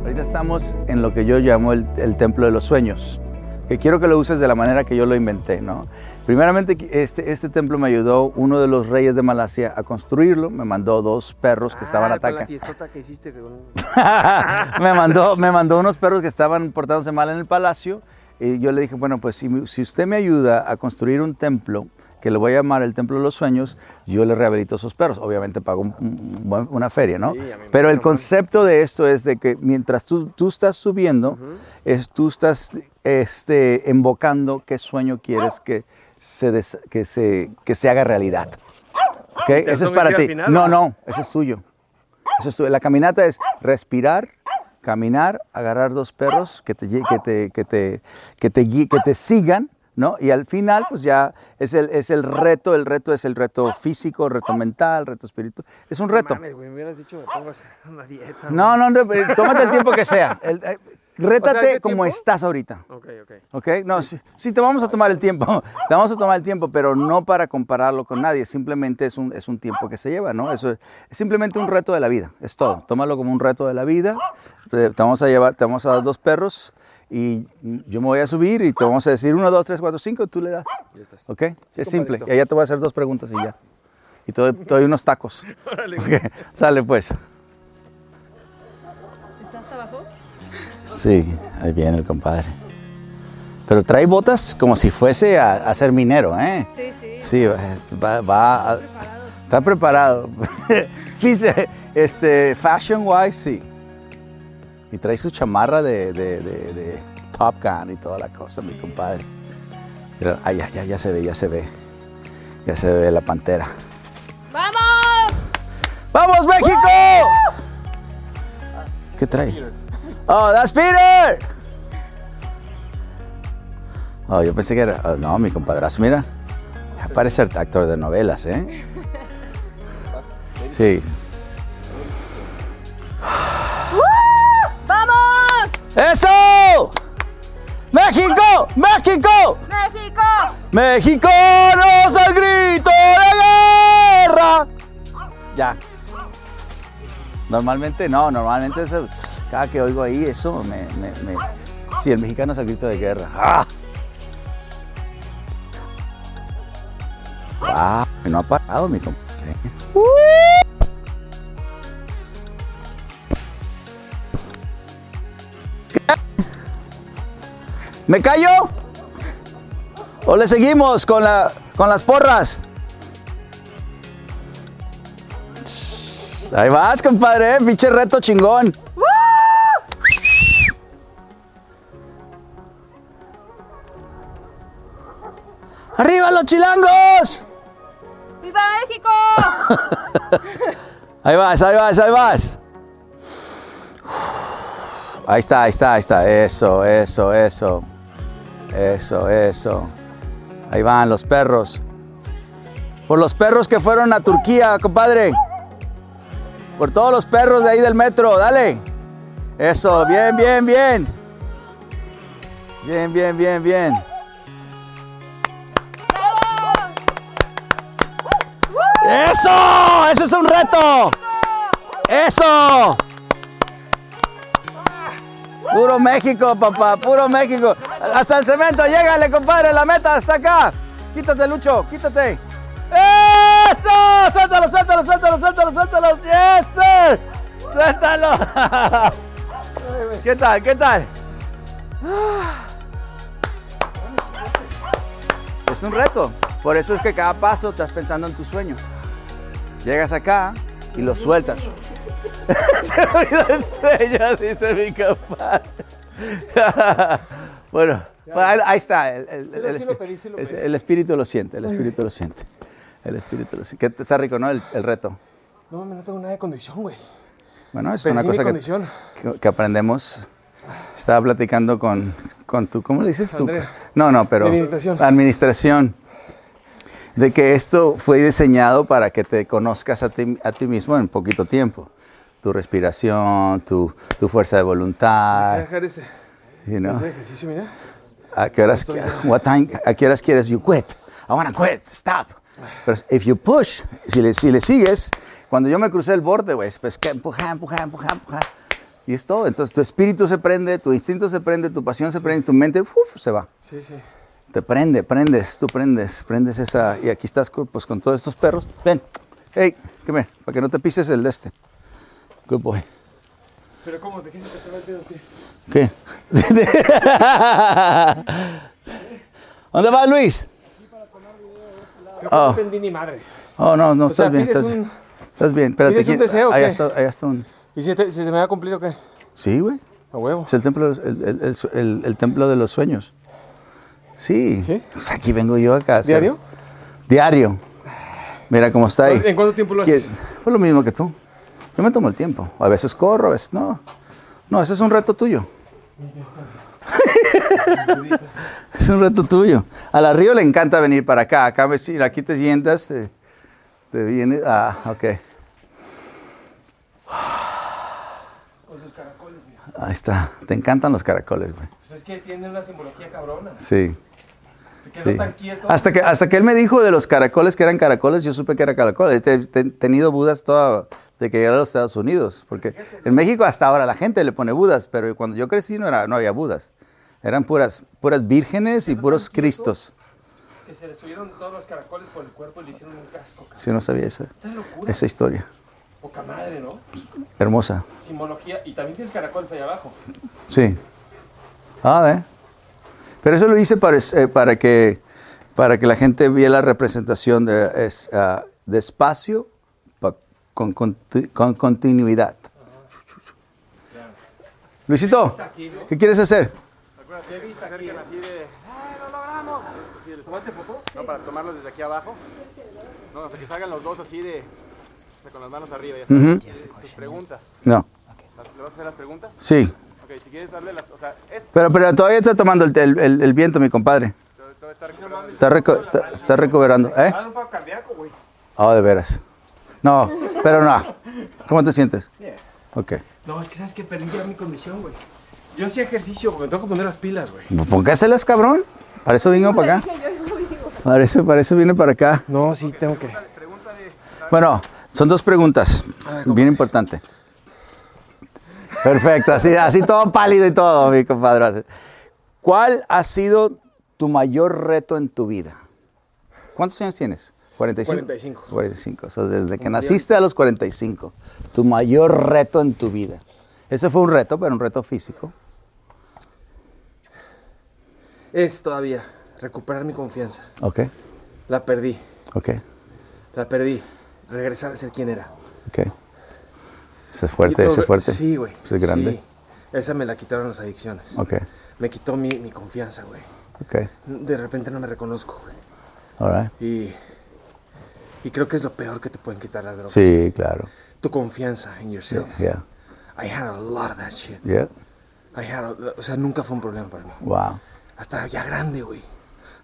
Ahorita estamos en lo que yo llamo el, el templo de los sueños, que quiero que lo uses de la manera que yo lo inventé, ¿no? Primeramente, este, este templo me ayudó uno de los reyes de Malasia a construirlo, me mandó dos perros que estaban atacando.
fiestota que hiciste con...
me, mandó, me mandó unos perros que estaban portándose mal en el palacio y yo le dije, bueno, pues si, si usted me ayuda a construir un templo, que lo voy a llamar el Templo de los Sueños, yo le rehabilito esos perros. Obviamente pago un- un buen- una feria, ¿no? Pero el concepto de esto es de que mientras tú, tú estás subiendo, es, tú estás este, invocando qué sueño quieres que se, des- que se, que se haga realidad. ¿Ok?
lo
Eso es
tengo que
para
decir
ti.
al final,
No,
¿verdad?
no, eso es tuyo. Eso es tu- La caminata es respirar, caminar, agarrar dos perros que te, lle- que te, que te, que te, gui- que te sigan, ¿no? Y al final, pues ya es el, es el reto, el reto es el reto físico, el reto mental, el reto espiritual. Es un reto.
Mames, güey, me hubieras dicho, me pongo a hacer una dieta.
No, no, no, eh, tómate el tiempo que sea. El- eh, rétate
¿ese
como
tiempo?
estás ahorita.
güey. Ok, ok.
¿Ok? No, sí. sí, te vamos a tomar el tiempo. Te vamos a tomar el tiempo, pero no para compararlo con nadie. Simplemente es un, es un tiempo que se lleva, ¿no? Eso es, es simplemente un reto de la vida. Es todo. Tómalo como un reto de la vida. Te, te vamos a llevar, te vamos a dar dos perros y yo me voy a subir y te vamos a decir uno, dos, tres, cuatro, cinco. Tú le das.
Ya estás.
¿Ok? es simple.
compadrito.
Y allá te voy a hacer dos preguntas y ya. Y te doy, te doy unos tacos. Ok, Sale pues.
¿Está hasta abajo?
Sí, ahí viene el compadre. Pero trae botas como si fuese a, a ser minero, ¿eh?
Sí, sí.
Sí, es- va, va a- está preparado. Fíjese, este, fashion wise, sí. Y trae su chamarra de, de- de- de Top Gun y toda la cosa, mi compadre. Mira, ay, ya, ya, ya se ve, ya se ve. Ya se ve la pantera.
¡Vamos!
¡Vamos, México! ¿Qué trae? Oh, that's Peter. Oh, yo pensé que era. oh, no, mi compadrazo, mira. Ya Parece el actor de novelas, ¿eh? Sí.
¡Vamos!
¡Eso! ¡México! ¡México!
¡México!
¡Mexicanos al grito de guerra! Ya. Normalmente no, normalmente eso- cada que oigo ahí eso me, me, me- Sí, el mexicano es al grito de guerra. ¡Ah! ¡Guau! No ha parado mi compadre. ¡Uh! ¿Qué? ¿Me callo? ¿O le seguimos con, la, con las porras? Ahí vas, compadre, ¿eh? pinche reto chingón. ¡Arriba los chilangos!
¡Viva México!
Ahí vas, ahí vas, ahí vas. Ahí está, ahí está, ahí está. Eso, eso, eso. Eso, eso. Ahí van los perros. Por los perros que fueron a Turquía, compadre. Por todos los perros de ahí del metro, dale. Eso, bien, bien, bien. Bien, bien, bien, bien. ¡Eso! ¡Eso es un reto! ¡Eso! Puro México, papá, puro México. Hasta el cemento, llégale, compadre, la meta está acá. Quítate, Lucho, quítate. ¡Eso! ¡Suéltalo, suéltalo, suéltalo, suéltalo, suéltalo! ¡Yes, sir! ¡Suéltalo! ¿Qué tal, qué tal? Ah. Es un reto. Por eso es que cada paso estás pensando en tus sueños. Llegas acá y lo sueltas. Se me olvidó el sueño, dice mi compadre. bueno, pues ahí, ahí está. El, el- el
sí lo
espi-
pedí, sí lo
es-
pedí.
el espíritu lo siente, el espíritu lo siente. El espíritu lo siente. Que está rico, ¿no? El, el reto.
No mames, no tengo nada de condición, güey.
Bueno, es
Perdí
una
mi
cosa que,
condición.
que- que aprendemos. Estaba platicando con, con tu, ¿cómo le dices tú?
Andrea.
No, no, pero...
Administración.
Administración. De que esto fue diseñado para que te conozcas a ti, a ti mismo en poquito tiempo. Tu respiración, tu, tu fuerza de
Voy a
voluntad,
dejar ese,
you know.
ese ejercicio, mira.
¿A qué horas, what time- a qué horas quieres? You quit. I wanna quit. Stop. Pero if you push, si le, si le sigues, cuando yo me crucé el borde, güey, pues que empujar, empujar, empujar, empujar. Y es todo. Entonces tu espíritu se prende, tu instinto se prende, tu pasión se prende, tu mente uf, se va.
Sí, sí.
Te prende, prendes, tú prendes, prendes esa. Y aquí estás con, pues, con todos estos perros. Ven, hey, come here, para que no te pises el de este. Good boy.
Pero ¿cómo? ¿Te quise te el dedo? ¿Qué?
¿Qué? ¿Dónde vas, Luis?
Creo que
Ah.
no entendí ni madre.
Oh, no, no,
O sea,
estás bien.
pides
Estás,
un-
bien. estás bien. Espérate,
¿pides un
aquí-
deseo o
ahí
qué?
está, ahí está un.
¿Y si, te, si se me va a cumplir o qué?
Sí, güey.
A huevo.
Es el templo, de los- el, el- el su- el- el templo de los sueños. Sí.
¿Sí?
O sea, aquí vengo yo acá. a hacer-
¿Diario?
Diario. Mira cómo está ahí.
¿En cuánto tiempo lo
¿Qué-
haces?
Fue lo mismo que tú. Yo me tomo el tiempo. A veces corro, a veces no. No, ese es un reto tuyo. Es un reto tuyo. A la Río le encanta venir para acá. Acá, me- sí, aquí te sientas, te, te vienes. Ah, ok. Ahí está. Te encantan los caracoles, güey.
Pues es que tiene una simbología cabrona.
Sí.
Se quedó
sí.
tan quieto.
Hasta que, hasta que él me dijo de los caracoles que eran caracoles, yo supe que era caracoles. He te- te- tenido budas toda de que llegué a los Estados Unidos. Porque en México hasta ahora la gente le pone budas, pero cuando yo crecí no, era, no había budas. Eran puras, puras vírgenes y puros cristos.
Que se le subieron todos los caracoles por el cuerpo y le hicieron un casco. cabrón.
Si no sabía esa,
Esta locura.
esa historia.
Poca madre, ¿no?
Hermosa.
Simbología. Y también tienes caracoles ahí abajo.
Sí. Ah, ¿eh? Pero eso lo hice para, es- eh, para que, para que la gente viera la representación de, es, ah, de espacio pa- con, conti- con continuidad. Luisito, ¿qué quieres hacer?
¿Tomaste fotos? No, para tomarlos desde aquí abajo. No, o sea, que salgan los dos así de... o sea, con las manos arriba, ya sabes.
Ujú.
Eh, tus preguntas.
No,
Las- ¿Le vas a hacer las preguntas?
sí.
Ok, si quieres darle las... O sea, esto
Pero, pero todavía está tomando el, el- el- el viento, mi compadre.
te va a estar... recuperando.
Está, reco- está, está recuperando. ¿Eh?
Ah, no para cardíaco, güey.
Ah, de veras. No, pero no. ¿Cómo te sientes? Ok.
No, es que sabes que perdí ya mi condición, güey. Yo hacía ejercicio, güey. Me tengo que poner las pilas, güey.
Pues, Póngaselas, cabrón. Para eso vino para acá. Para eso, para eso viene para acá.
No, sí, tengo que.
Bueno, son dos preguntas. Bien importante. Perfecto, así, así todo pálido y todo, mi compadre. ¿Cuál ha sido tu mayor reto en tu vida? ¿Cuántos años tienes? 45.
45.
45. O sea, desde que naciste a los 45. Tu mayor reto en tu vida. Ese fue un reto, pero un reto físico.
Es todavía recuperar mi confianza.
Ok,
La perdí.
ok,
La perdí. Regresar a ser quien era.
ok. Ese es fuerte,
Yo-
ese es fuerte.
Sí, güey.
Ese es grande.
sí. Esa me la quitaron las adicciones.
Ok,
Me quitó mi, mi confianza, güey.
ok.
De repente no me reconozco, güey.
All right.
Y, y creo que es lo peor que te pueden quitar las drogas.
Sí, claro.
Tu confianza en yourself.
Yeah,
I had a lot of that shit.
yeah.
I had a- o sea, nunca fue un problema para mí.
Wow.
Hasta ya grande, güey.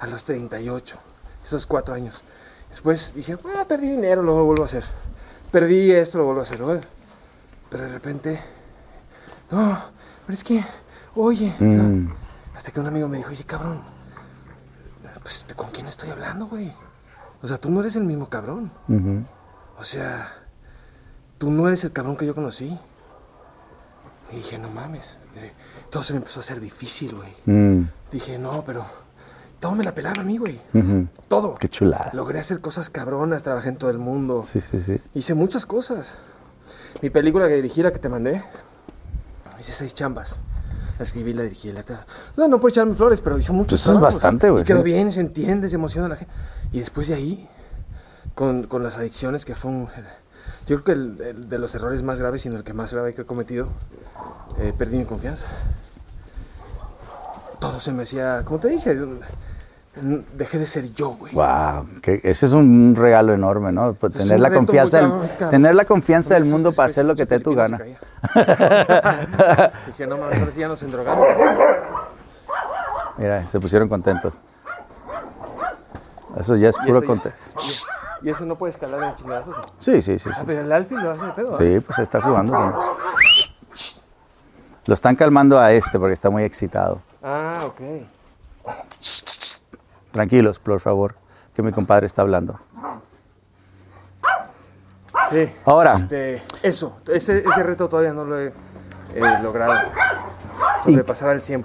A los 38. Esos cuatro años. Después dije, ah, perdí dinero, lo vuelvo a hacer. Perdí esto, lo vuelvo a hacer. güey. Pero de repente, no, pero es que, oye.
Mm.
Hasta que un amigo me dijo, oye, cabrón, pues, ¿con quién estoy hablando, güey? O sea, tú no eres el mismo cabrón.
Ujú.
O sea, tú no eres el cabrón que yo conocí. Y dije, no mames. Eh, Todo se me empezó a hacer difícil, güey.
Mm.
Dije, no, pero todo me la pelaba a mí, güey.
Ujú.
Todo.
Qué chulada.
Logré hacer cosas cabronas, trabajé en todo el mundo.
Sí, sí, sí.
Hice muchas cosas. Mi película que dirigí, la que te mandé, hice seis chambas. La escribí, la dirigí, la... tal. No, no puedo echarme flores, pero hice muchos
Pues eso es
trabajos.
bastante, güey,
Y quedó
sí.
bien, se entiende, se emociona la gente. Y después de ahí, con, con las adicciones, que fue un... Yo creo que el, el de los errores más graves, sino el que más grave que he cometido, eh, perdí mi confianza. Todo se me hacía... Como te dije, n- dejé de ser yo, güey.
Wow. Que ese es un regalo enorme, ¿no? Pues
Es
tener
un
la
reto muy
confianza, del-
cabrón, cabrón.
tener la confianza del
Por eso
mundo
sí,
para
sí,
hacer lo
sí,
que te dé tu gana.
Filipinos caía. Dije, no mames, ahora sí ya nos endrogamos.
Mira, se pusieron contentos. Eso ya es
Y
puro
eso ya-
contento.
Y eso no puede escalar en chingadazos. ¿no?
Sí, sí, sí, sí.
Ah,
sí.
pero el Alfie lo hace de pedo. ¿ah?
Sí, pues está jugando. ¿no? Lo están calmando a este porque está muy excitado.
Ah, ok.
Tranquilos, por favor, que mi compadre está hablando.
Sí.
Ahora.
Este, eso, ese, ese reto todavía no lo he eh, logrado. Sobrepasar al 100%.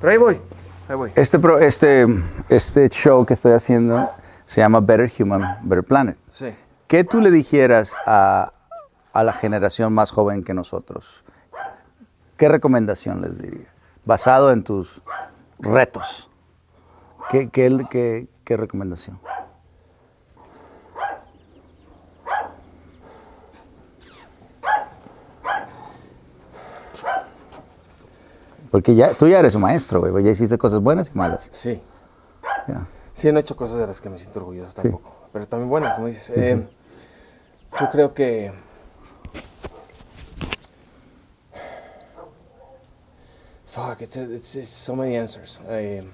Pero ahí voy, ahí voy.
Este, pro- este, este show que estoy haciendo se llama Better Human, Better Planet.
Sí.
¿Qué tú le dijeras a, a la generación más joven que nosotros? ¿Qué recomendación les dirías? Basado en tus retos. ¿Qué, qué- qué- qué recomendación? Porque ya, tú ya eres un maestro, güey. Ya hiciste cosas buenas y malas.
Sí.
Ya.
Sí, han hecho cosas de las que me siento orgulloso tampoco. Pero también buenas, como dices. Eh, yo creo que. Fuck, it's, it's, it's so many answers. I, um,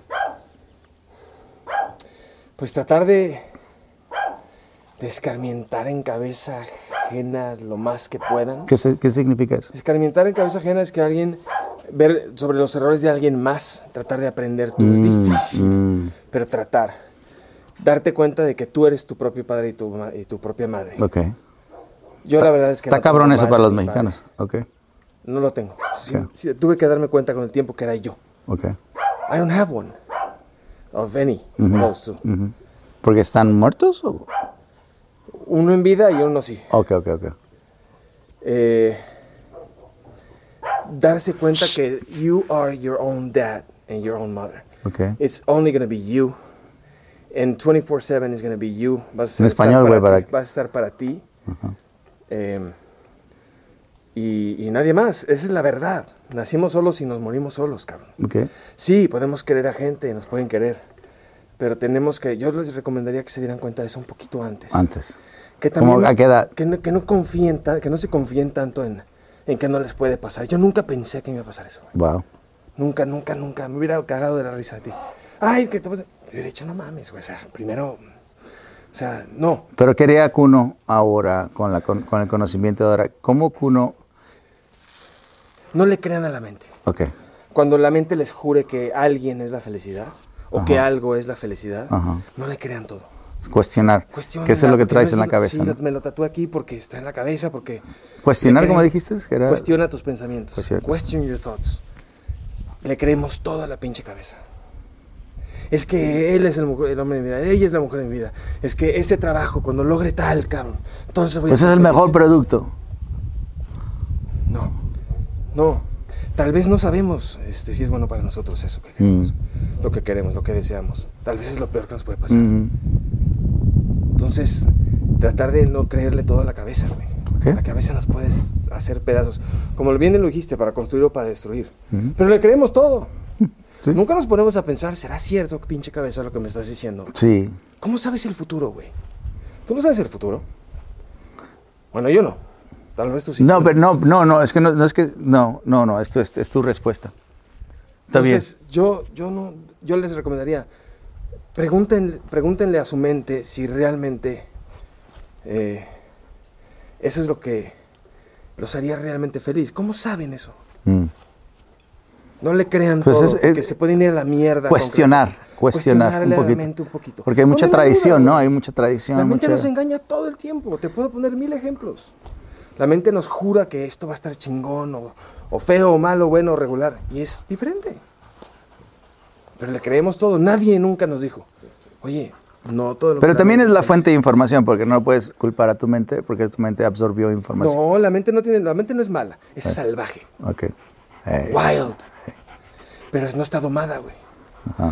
pues tratar de, de escarmientar en cabeza ajena lo más que puedan.
¿Qué, se- qué significa eso?
Escarmientar en cabeza ajena es que alguien ver sobre los errores de alguien más, tratar de aprender tú. es
Mm,
difícil, pero tratar. Darte cuenta de que tú eres tu propio padre y tu, ma- y tu propia madre.
Ok.
Yo la verdad es que...
Está
no tengo
cabrón eso
madre
para los
ni padre.
mexicanos. Ok.
No lo tengo. Sí-
Ok.
sí, tuve que darme cuenta con el tiempo que era yo.
Ok.
I don't have one. Of any, also.
Ujú. ¿Porque están muertos? o-
Uno en vida y uno sí.
Ok, ok, ok.
Eh, darse cuenta que you are your own dad and your own mother.
Ok.
It's only gonna be you. And 24-7 is gonna be you. Vas a
En
estar
español, güey, para
ti,
que-
Vas a estar para ti. Em, y, y nadie más. Esa es la verdad. Nacimos solos y nos morimos solos, cabrón.
Ok.
Sí, podemos querer a gente, nos pueden querer. Pero tenemos que, yo les recomendaría que se dieran cuenta de eso un poquito antes.
Antes.
Que
¿Cómo?
también,
¿A qué edad?
Que no, que no confíen, tan- que no se confíen tanto en, en que no les puede pasar. Yo nunca pensé que me iba a pasar eso. güey.
Wow.
Nunca, nunca, nunca. Me hubiera cagado de la risa de ti. Ay, que te pasa? Te hubiera dicho, no mames, güey. O sea, primero, o sea, no.
Pero quería Cuno ahora, con, la, con, con el conocimiento de ahora, ¿cómo Cuno?
No le crean a la mente.
Ok,
Cuando la mente les jure que alguien es la felicidad o que algo es la felicidad,
Ajá.
no le crean todo.
es cuestionar.
Cuestión
¿Qué es lo que traes en la
Sí,
cabeza?
lo-
no?
me lo tatué aquí porque está en la cabeza, porque...
Cuestionar,
le
como
creen-
dijiste, que era- Pues
Cuestiona tus pensamientos.
Cuestiona tus-
Question your thoughts. Le creemos toda la pinche cabeza. Es que él es el, mu- el hombre de mi vida, ella es la mujer de mi vida. Es que este trabajo, cuando logre tal, cabrón, entonces voy a...
Ese pues es
ser
el
feliz.
mejor producto.
No, no. Tal vez no sabemos este, si es bueno para nosotros eso que queremos, lo que queremos, lo que deseamos. Tal vez es lo peor que nos puede pasar.
Mm,
Entonces, tratar de no creerle todo a la cabeza, güey.
Ok.
La cabeza nos puede hacer pedazos. Como bien lo dijiste, para construir o para destruir. Pero le creemos todo.
Sí.
Nunca nos ponemos a pensar, ¿será cierto, pinche cabeza, lo que me estás diciendo?
Sí.
¿Cómo sabes el futuro, güey? ¿Tú no sabes el futuro? Bueno, yo no. Tal vez tú sí.
No, pero no, no, no, es que no, no es que, no, no, no, esto es, es tu respuesta. Está bien.
Entonces, yo, yo, no, yo les recomendaría, pregunten- pregúntenle a su mente si realmente eh, eso es lo que los haría realmente feliz. ¿Cómo saben eso?
Mm.
No le crean
Pues
todo,
es- es-
porque se pueden ir a la mierda.
Cuestionar,
con-
cuestionar
Cuestionarle
un
a la
poquito.
mente un poquito.
Porque hay mucha
Ponle
tradición,
duda,
¿no?
güey.
Hay mucha tradición.
La mente
mucha-
nos engaña todo el tiempo. Te puedo poner mil ejemplos. La mente nos jura que esto va a estar chingón, o, o feo, o malo, bueno, o regular. Y es diferente. Pero le creemos todo. Nadie nunca nos dijo, oye, no todo lo
Pero
que
también es
mente
la
dice".
fuente de información, porque no puedes culpar a tu mente, porque tu mente absorbió información.
No, la mente no, tiene, la mente no es mala. Es salvaje.
Ok. Eh,
Wild. Pero no está domada, güey.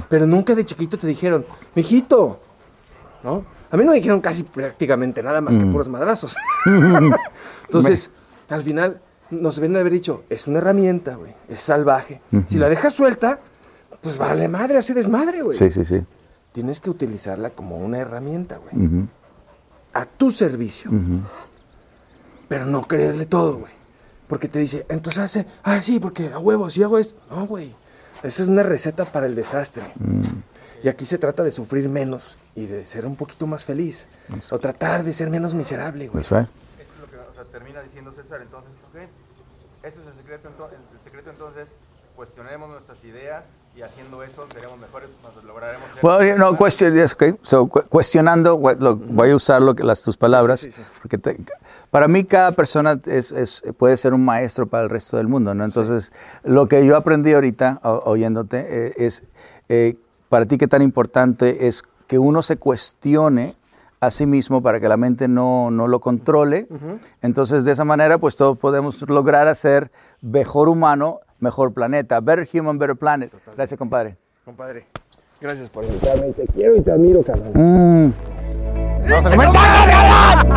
Pero nunca de chiquito te dijeron, mijito, ¿no? A mí no me dijeron casi prácticamente nada más que puros madrazos. Entonces, al final, nos ven de haber dicho, es una herramienta, güey, es salvaje. Si la dejas suelta, pues vale madre, hace desmadre, güey.
sí, sí, sí.
Tienes que utilizarla como una herramienta, güey. A tu servicio. Pero no creerle todo, güey. Porque te dice, entonces hace, ah, sí, porque a huevos, si hago esto. No, güey. Esa es una receta para el desastre. Y aquí se trata de sufrir menos y de ser un poquito más feliz. O tratar de ser menos miserable, güey.
That's right.
Esto es lo que o sea, termina diciendo César, entonces, ok, ese es el secreto, ento- el secreto entonces, cuestionaremos nuestras ideas y haciendo eso seremos mejores, nos lograremos ser...
Well, you know, question, yes, okay. So, cu- cuestionando, what- lo- voy a usar lo que- las, tus palabras, porque te- para mí cada persona es, es- puede ser un maestro para el resto del mundo, ¿no? Entonces, lo que yo aprendí ahorita, o- oyéndote, eh, es, eh, para ti qué tan importante es que uno se cuestione a sí mismo para que la mente no, no lo controle. Entonces, de esa manera, pues todos podemos lograr hacer mejor humano, mejor planeta. Better human, better planet. Gracias, compadre.
Compadre, gracias por invitarme. Te quiero y te admiro, cabrón.
Mm. ¡Vamos a comer tacos, cabrón!